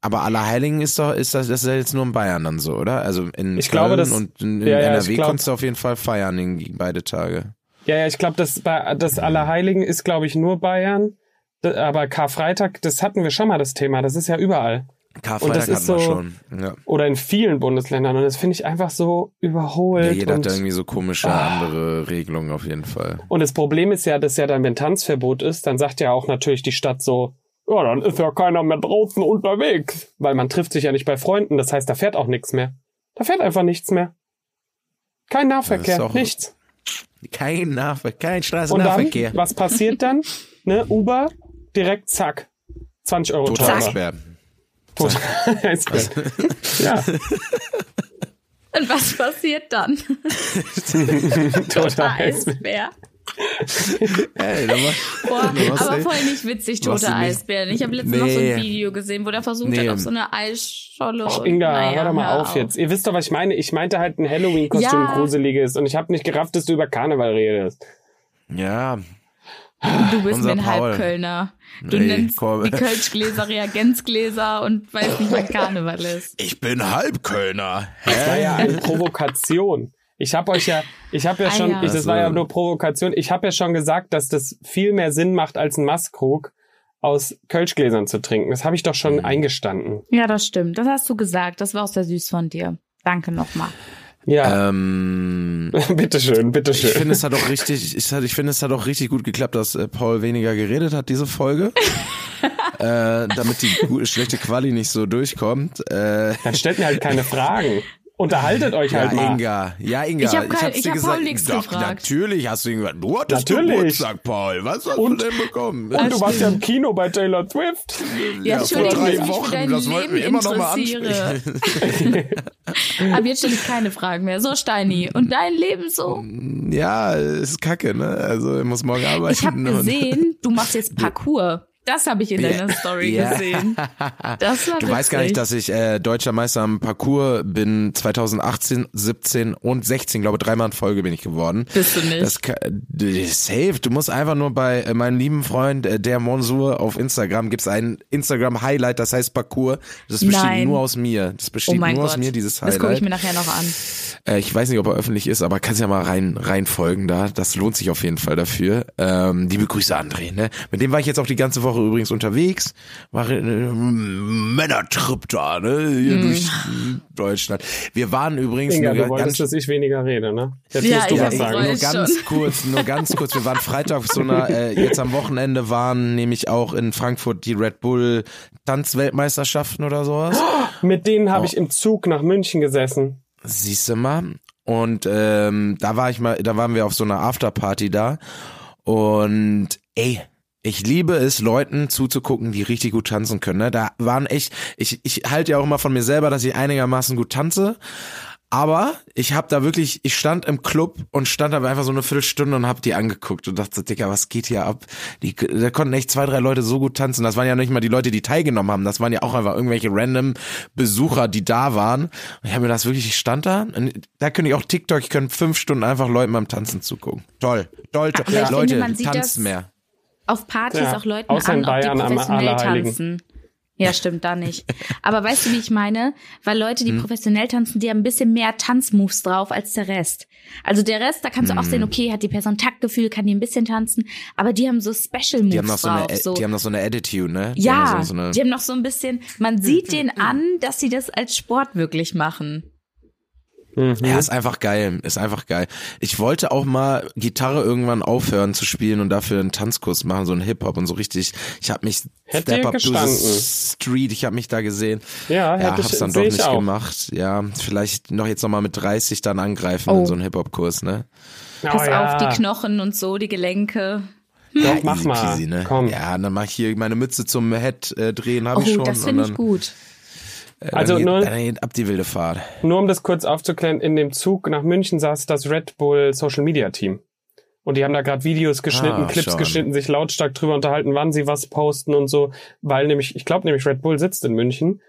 [SPEAKER 3] Aber Allerheiligen ist doch, ist das, das ist ja jetzt nur in Bayern dann so, oder? Also in
[SPEAKER 1] Ich
[SPEAKER 3] Köln
[SPEAKER 1] glaube, das-
[SPEAKER 3] und in, in
[SPEAKER 1] ja, ja, ich
[SPEAKER 3] NRW
[SPEAKER 1] glaub-
[SPEAKER 3] konntest du auf jeden Fall feiern in beide Tage.
[SPEAKER 1] Ja, ja, ich glaube, das, bei- das Allerheiligen ist, glaube ich, nur Bayern. D- Aber Karfreitag, das hatten wir schon mal das Thema. Das ist ja überall. Und
[SPEAKER 3] Karfreitag
[SPEAKER 1] das
[SPEAKER 3] hatten
[SPEAKER 1] ist
[SPEAKER 3] wir
[SPEAKER 1] so-
[SPEAKER 3] schon. Ja.
[SPEAKER 1] Oder in vielen Bundesländern. Und das finde ich einfach so überholt.
[SPEAKER 3] Ja, jeder
[SPEAKER 1] und Ah.
[SPEAKER 3] hat da irgendwie so komische andere Regelungen auf jeden Fall.
[SPEAKER 1] Und das Problem ist ja, dass ja dann, wenn Tanzverbot ist, dann sagt ja auch natürlich die Stadt so, ja, dann ist ja keiner mehr draußen unterwegs. Weil man trifft sich ja nicht bei Freunden. Das heißt, da fährt auch nichts mehr. Da fährt einfach nichts mehr. Kein Nahverkehr,
[SPEAKER 3] Das ist auch-
[SPEAKER 1] nichts.
[SPEAKER 3] Kein Nahverkehr, kein
[SPEAKER 1] Und dann,
[SPEAKER 3] Straßennahverkehr.
[SPEAKER 1] was passiert dann? Ne, Uber, direkt zack. 20 Euro
[SPEAKER 3] Total Also-
[SPEAKER 1] teurer.
[SPEAKER 3] Eisbären.
[SPEAKER 1] Total Eisbär. ja,
[SPEAKER 2] Und was passiert dann?
[SPEAKER 1] total
[SPEAKER 2] Toter
[SPEAKER 1] Eisbär.
[SPEAKER 2] Eisbär.
[SPEAKER 3] Ey, da war-
[SPEAKER 2] Boah,
[SPEAKER 3] Du machst
[SPEAKER 2] aber
[SPEAKER 3] echt-
[SPEAKER 2] voll nicht witzig,
[SPEAKER 3] machst du
[SPEAKER 2] toter
[SPEAKER 3] nicht.
[SPEAKER 2] Eisbären. Ich habe letztens noch so
[SPEAKER 3] Nee.
[SPEAKER 2] ein Video gesehen, wo der versucht
[SPEAKER 3] Nee.
[SPEAKER 2] hat, auf so eine Eisscholle.
[SPEAKER 1] Ach,
[SPEAKER 2] und-
[SPEAKER 1] Inga,
[SPEAKER 2] naja,
[SPEAKER 1] hör doch mal
[SPEAKER 2] hör
[SPEAKER 1] auf, jetzt. Ihr wisst doch, was ich meine. Ich meinte halt ein Halloween-Kostüm
[SPEAKER 2] Ja.
[SPEAKER 1] gruseliges und ich habe nicht gerafft, dass du über Karneval redest.
[SPEAKER 3] Ja,
[SPEAKER 2] Du bist
[SPEAKER 3] Unser
[SPEAKER 2] ein
[SPEAKER 3] Paul.
[SPEAKER 2] Halbkölner. Du
[SPEAKER 3] Nee,
[SPEAKER 2] nennst
[SPEAKER 3] komm.
[SPEAKER 2] die Kölschgläser Reagenzgläser und weißt nicht, was Karneval ist.
[SPEAKER 3] ich bin Halbkölner.
[SPEAKER 1] Das war ja eine Provokation. Ich habe euch ja, ich habe ja
[SPEAKER 2] Ah,
[SPEAKER 1] schon,
[SPEAKER 2] ja.
[SPEAKER 1] Ich, das war ja
[SPEAKER 3] Also-
[SPEAKER 1] nur Provokation. Ich habe ja schon gesagt, dass das viel mehr Sinn macht, als einen Mastkrug aus Kölschgläsern zu trinken. Das habe ich doch schon
[SPEAKER 3] Mhm.
[SPEAKER 1] eingestanden.
[SPEAKER 2] Ja, das stimmt. Das hast du gesagt. Das war auch sehr süß von dir. Danke nochmal.
[SPEAKER 1] Ja,
[SPEAKER 3] Ähm,
[SPEAKER 1] bitteschön,
[SPEAKER 3] ich
[SPEAKER 1] bitteschön.
[SPEAKER 3] finde, es hat auch richtig, ich, ich finde, es hat auch richtig gut geklappt, dass äh, Paul weniger geredet hat, diese Folge. äh, damit die gu- schlechte Quali nicht so durchkommt. Äh,
[SPEAKER 1] Dann stellt mir halt keine Fragen. Unterhaltet euch
[SPEAKER 3] ja,
[SPEAKER 1] halt mal.
[SPEAKER 3] Inga. Ja, Inga.
[SPEAKER 2] Ich hab kein-
[SPEAKER 3] hab's
[SPEAKER 2] ich
[SPEAKER 3] dir
[SPEAKER 2] hab
[SPEAKER 3] gesagt.
[SPEAKER 2] Paul nichts
[SPEAKER 3] Doch,
[SPEAKER 2] gefragt.
[SPEAKER 3] Natürlich hast du ihn gesagt. Du hattest
[SPEAKER 1] Natürlich.
[SPEAKER 3] Geburtstag, Paul. Was hast
[SPEAKER 1] Und-
[SPEAKER 3] du denn bekommen?
[SPEAKER 1] Und du warst ja im Kino bei Taylor Swift.
[SPEAKER 2] Ja, entschuldige
[SPEAKER 1] vor drei
[SPEAKER 2] mich, wie
[SPEAKER 3] Wochen,
[SPEAKER 2] dein
[SPEAKER 3] das
[SPEAKER 2] Leben
[SPEAKER 3] wollten wir immer noch mal
[SPEAKER 2] interessiere. Aber jetzt stelle ich keine Fragen mehr. So, Steini. Und dein Leben so?
[SPEAKER 3] Ja, ist kacke, ne? Also, er muss morgen arbeiten.
[SPEAKER 2] Ich habe
[SPEAKER 3] und-
[SPEAKER 2] gesehen, du machst jetzt Parkour. Das habe ich in
[SPEAKER 3] Ja.
[SPEAKER 2] deiner Story
[SPEAKER 3] Ja.
[SPEAKER 2] gesehen. Das war
[SPEAKER 3] Du weißt gar nicht, dass ich äh, deutscher Meister am Parcours bin 2018, 17 und 16, glaube dreimal in Folge bin ich geworden.
[SPEAKER 2] Bist du nicht.
[SPEAKER 3] Das ka- d- safe, du musst einfach nur bei äh, meinem lieben Freund äh, der Monsur auf Instagram gibt's ein Instagram Highlight, das heißt Parcours. Das besteht
[SPEAKER 2] Nein.
[SPEAKER 3] nur aus mir. Das
[SPEAKER 2] Oh
[SPEAKER 3] besteht
[SPEAKER 2] mein
[SPEAKER 3] nur
[SPEAKER 2] Gott.
[SPEAKER 3] aus mir dieses
[SPEAKER 2] das gucke ich
[SPEAKER 3] Highlight.
[SPEAKER 2] mir nachher noch an.
[SPEAKER 3] äh, ich weiß nicht, ob er öffentlich ist, aber kannst ja mal rein reinfolgen da. Das lohnt sich auf jeden Fall dafür. Ähm, liebe Grüße André, ne? Mit dem war ich jetzt auch die ganze Woche übrigens unterwegs. War äh, m- Männertrip da, ne? Hier durch Deutschland. Wir waren übrigens
[SPEAKER 1] Mhm. Inga,
[SPEAKER 3] nur
[SPEAKER 1] du
[SPEAKER 3] ganz
[SPEAKER 1] wolltest, dass ich weniger rede, ne? Jetzt
[SPEAKER 2] Ja,
[SPEAKER 1] musst du
[SPEAKER 2] ich
[SPEAKER 1] was
[SPEAKER 2] hab
[SPEAKER 1] sagen.
[SPEAKER 2] gefreut.
[SPEAKER 3] nur
[SPEAKER 2] Ist schon.
[SPEAKER 3] ganz kurz, nur ganz kurz. Wir waren Freitag auf so einer, äh, jetzt am Wochenende waren nämlich auch in Frankfurt die Red Bull Tanzweltmeisterschaften oder sowas.
[SPEAKER 1] Mit denen
[SPEAKER 3] Oh.
[SPEAKER 1] habe ich im Zug nach München gesessen.
[SPEAKER 3] Siehst du mal. Und ähm, da war ich mal, da waren wir auf so einer Afterparty da. Und ey, ich liebe es, Leuten zuzugucken, die richtig gut tanzen können. Ne? Da waren echt, ich, ich halte ja auch immer von mir selber, dass ich einigermaßen gut tanze. Aber ich habe da wirklich, ich stand im Club und stand da einfach so eine Viertelstunde und habe die angeguckt und dachte, Dicker, was geht hier ab? Die, da konnten echt zwei, drei Leute so gut tanzen. Das waren ja nicht mal die Leute, die teilgenommen haben. Das waren ja auch einfach irgendwelche random Besucher, die da waren. Und ich habe mir das wirklich, ich stand da und da könnte ich auch TikTok, ich könnte fünf Stunden einfach Leuten beim Tanzen zugucken. Toll, toll, toll.
[SPEAKER 2] Aber ich
[SPEAKER 3] Leute,
[SPEAKER 2] finde, man sieht
[SPEAKER 3] tanzt
[SPEAKER 2] das-
[SPEAKER 3] mehr.
[SPEAKER 2] auf Partys
[SPEAKER 1] Ja,
[SPEAKER 2] auch Leuten
[SPEAKER 1] außer in
[SPEAKER 2] an, ob die
[SPEAKER 1] Bayern am
[SPEAKER 2] professionell
[SPEAKER 1] Allerheiligen.
[SPEAKER 2] tanzen. Ja, stimmt, da nicht. Aber weißt du, wie ich meine? Weil Leute,
[SPEAKER 1] Hm.
[SPEAKER 2] die professionell tanzen, die haben ein bisschen mehr Tanzmoves drauf als der Rest. Also der Rest, da kannst du auch
[SPEAKER 1] Hm.
[SPEAKER 2] sehen, okay, hat die Person Taktgefühl, kann die ein bisschen tanzen, aber die haben so Special Moves
[SPEAKER 3] Die haben noch so
[SPEAKER 2] drauf.
[SPEAKER 3] eine,
[SPEAKER 2] so.
[SPEAKER 3] die haben noch so eine Attitude, ne? Die
[SPEAKER 2] ja,
[SPEAKER 3] haben so, so eine, Hm,
[SPEAKER 2] die haben noch so ein bisschen, man sieht den an, dass sie das als Sport wirklich machen.
[SPEAKER 1] Mhm.
[SPEAKER 3] Ja, ist einfach geil, ist einfach geil. Ich wollte auch mal Gitarre irgendwann aufhören zu spielen und dafür einen Tanzkurs machen, so einen Hip-Hop und so richtig. Ich habe mich
[SPEAKER 1] Hätte ihr
[SPEAKER 3] to the
[SPEAKER 1] gestanden.
[SPEAKER 3] Street, ich habe mich da gesehen.
[SPEAKER 1] Ja,
[SPEAKER 3] ja
[SPEAKER 1] hätte ich-
[SPEAKER 3] hab's dann
[SPEAKER 1] seh
[SPEAKER 3] doch
[SPEAKER 1] ich
[SPEAKER 3] nicht
[SPEAKER 1] auch.
[SPEAKER 3] gemacht. Ja, vielleicht noch jetzt nochmal mit 30 dann angreifen
[SPEAKER 2] Oh.
[SPEAKER 3] in so einen Hip-Hop-Kurs, ne?
[SPEAKER 2] Pass
[SPEAKER 1] oh, ja.
[SPEAKER 2] auf, die Knochen und so, die Gelenke.
[SPEAKER 1] Doch, mach
[SPEAKER 3] Easy
[SPEAKER 1] mal.
[SPEAKER 3] peasy, ne?
[SPEAKER 1] Komm.
[SPEAKER 3] Ja, und dann mach ich hier meine Mütze zum Head äh, drehen, habe
[SPEAKER 2] Oh,
[SPEAKER 3] ich schon.
[SPEAKER 2] das
[SPEAKER 3] und
[SPEAKER 2] finde
[SPEAKER 3] dann,
[SPEAKER 2] ich gut.
[SPEAKER 3] Äh,
[SPEAKER 1] Also
[SPEAKER 3] dann, geht,
[SPEAKER 1] nur-
[SPEAKER 3] dann geht ab die wilde Fahrt.
[SPEAKER 1] Nur um das kurz aufzuklären, in dem Zug nach München saß das Red Bull Social Media Team. Und die haben da gerade Videos geschnitten,
[SPEAKER 3] Ah,
[SPEAKER 1] Clips
[SPEAKER 3] schau an.
[SPEAKER 1] geschnitten, sich lautstark drüber unterhalten, wann sie was posten und so, weil nämlich, ich glaube nämlich Red Bull sitzt in München.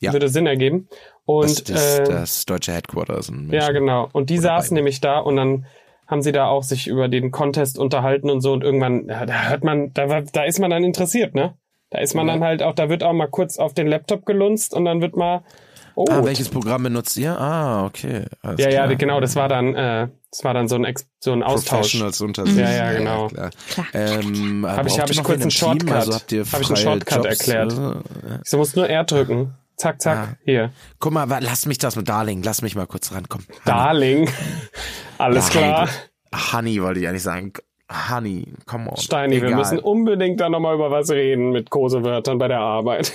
[SPEAKER 3] Ja.
[SPEAKER 1] Würde Sinn ergeben. Und
[SPEAKER 3] das, das,
[SPEAKER 1] äh,
[SPEAKER 3] das deutsche Headquarters in
[SPEAKER 1] ja,
[SPEAKER 3] München.
[SPEAKER 1] genau. Und die
[SPEAKER 3] Oder
[SPEAKER 1] saßen
[SPEAKER 3] beiden.
[SPEAKER 1] nämlich da und dann haben sie da auch sich über den Contest unterhalten und so und irgendwann, ja, da hört man, da, war- da ist man dann interessiert, ne? Da ist man dann halt auch, da wird auch mal kurz auf den Laptop gelunzt und dann wird mal, oh,
[SPEAKER 3] Ah, welches Programm benutzt ihr? Ah, okay. Alles
[SPEAKER 1] ja,
[SPEAKER 3] klar.
[SPEAKER 1] ja, genau, das war dann, äh, das war dann so ein, Ex so ein Austausch.
[SPEAKER 3] Professionals unter sich.
[SPEAKER 1] Ja, ja, genau.
[SPEAKER 3] klar.
[SPEAKER 2] Klar.
[SPEAKER 3] Ähm,
[SPEAKER 1] Hab ich-
[SPEAKER 3] braucht
[SPEAKER 1] hab
[SPEAKER 3] ihr
[SPEAKER 1] ich
[SPEAKER 3] noch
[SPEAKER 1] kurz
[SPEAKER 3] wen im
[SPEAKER 1] einen
[SPEAKER 3] Team?
[SPEAKER 1] Shortcut.
[SPEAKER 3] Also habt ihr
[SPEAKER 1] Hab ich einen
[SPEAKER 3] freie
[SPEAKER 1] Shortcut
[SPEAKER 3] Jobs?
[SPEAKER 1] erklärt.
[SPEAKER 3] Äh,
[SPEAKER 1] Ich so, muss nur R drücken. Zack, zack, hier.
[SPEAKER 3] Guck mal, wa- lass mich das mit Darling, lass mich mal kurz rankommen.
[SPEAKER 1] Darling. Alles klar.
[SPEAKER 3] Honey wollte ich eigentlich sagen. Honey, come on.
[SPEAKER 1] Steini, wir
[SPEAKER 3] Egal.
[SPEAKER 1] müssen um- unbedingt da nochmal über was reden mit Kosewörtern bei der Arbeit.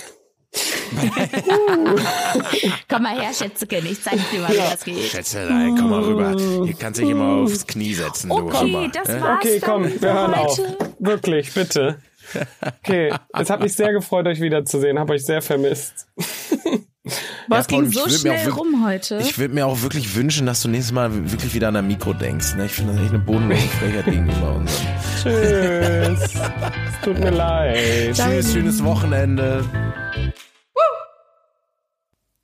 [SPEAKER 2] Komm mal her, Schätzchen, ich zeig dir mal, wie das geht.
[SPEAKER 3] Schätzelein, komm mal rüber. Hier kannst du dich immer aufs Knie setzen, du Hammer.
[SPEAKER 2] Okay, das
[SPEAKER 3] Äh?
[SPEAKER 2] war's
[SPEAKER 1] Okay,
[SPEAKER 2] dann
[SPEAKER 1] komm,
[SPEAKER 2] für
[SPEAKER 1] wir hören auf.
[SPEAKER 2] heute.
[SPEAKER 1] Wirklich, bitte. Okay, es hat mich sehr gefreut, euch wiederzusehen. Hab euch sehr vermisst.
[SPEAKER 2] Boah, es
[SPEAKER 3] Ja, Paul,
[SPEAKER 2] ging
[SPEAKER 3] ich
[SPEAKER 2] so
[SPEAKER 3] will mir auch
[SPEAKER 2] schnell
[SPEAKER 3] wirklich-
[SPEAKER 2] rum heute.
[SPEAKER 3] Ich würde mir auch wirklich wünschen, dass du nächstes Mal wirklich wieder an ein Mikro denkst. Ne? Ich finde das echt eine bodenlose Frechheit gegenüber uns.
[SPEAKER 1] Tschüss. es tut mir leid.
[SPEAKER 3] Tschüss, schönes Wochenende.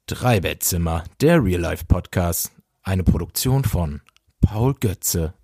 [SPEAKER 4] Dreibettzimmer, der Real Life Podcast. Eine Produktion von Paul Götze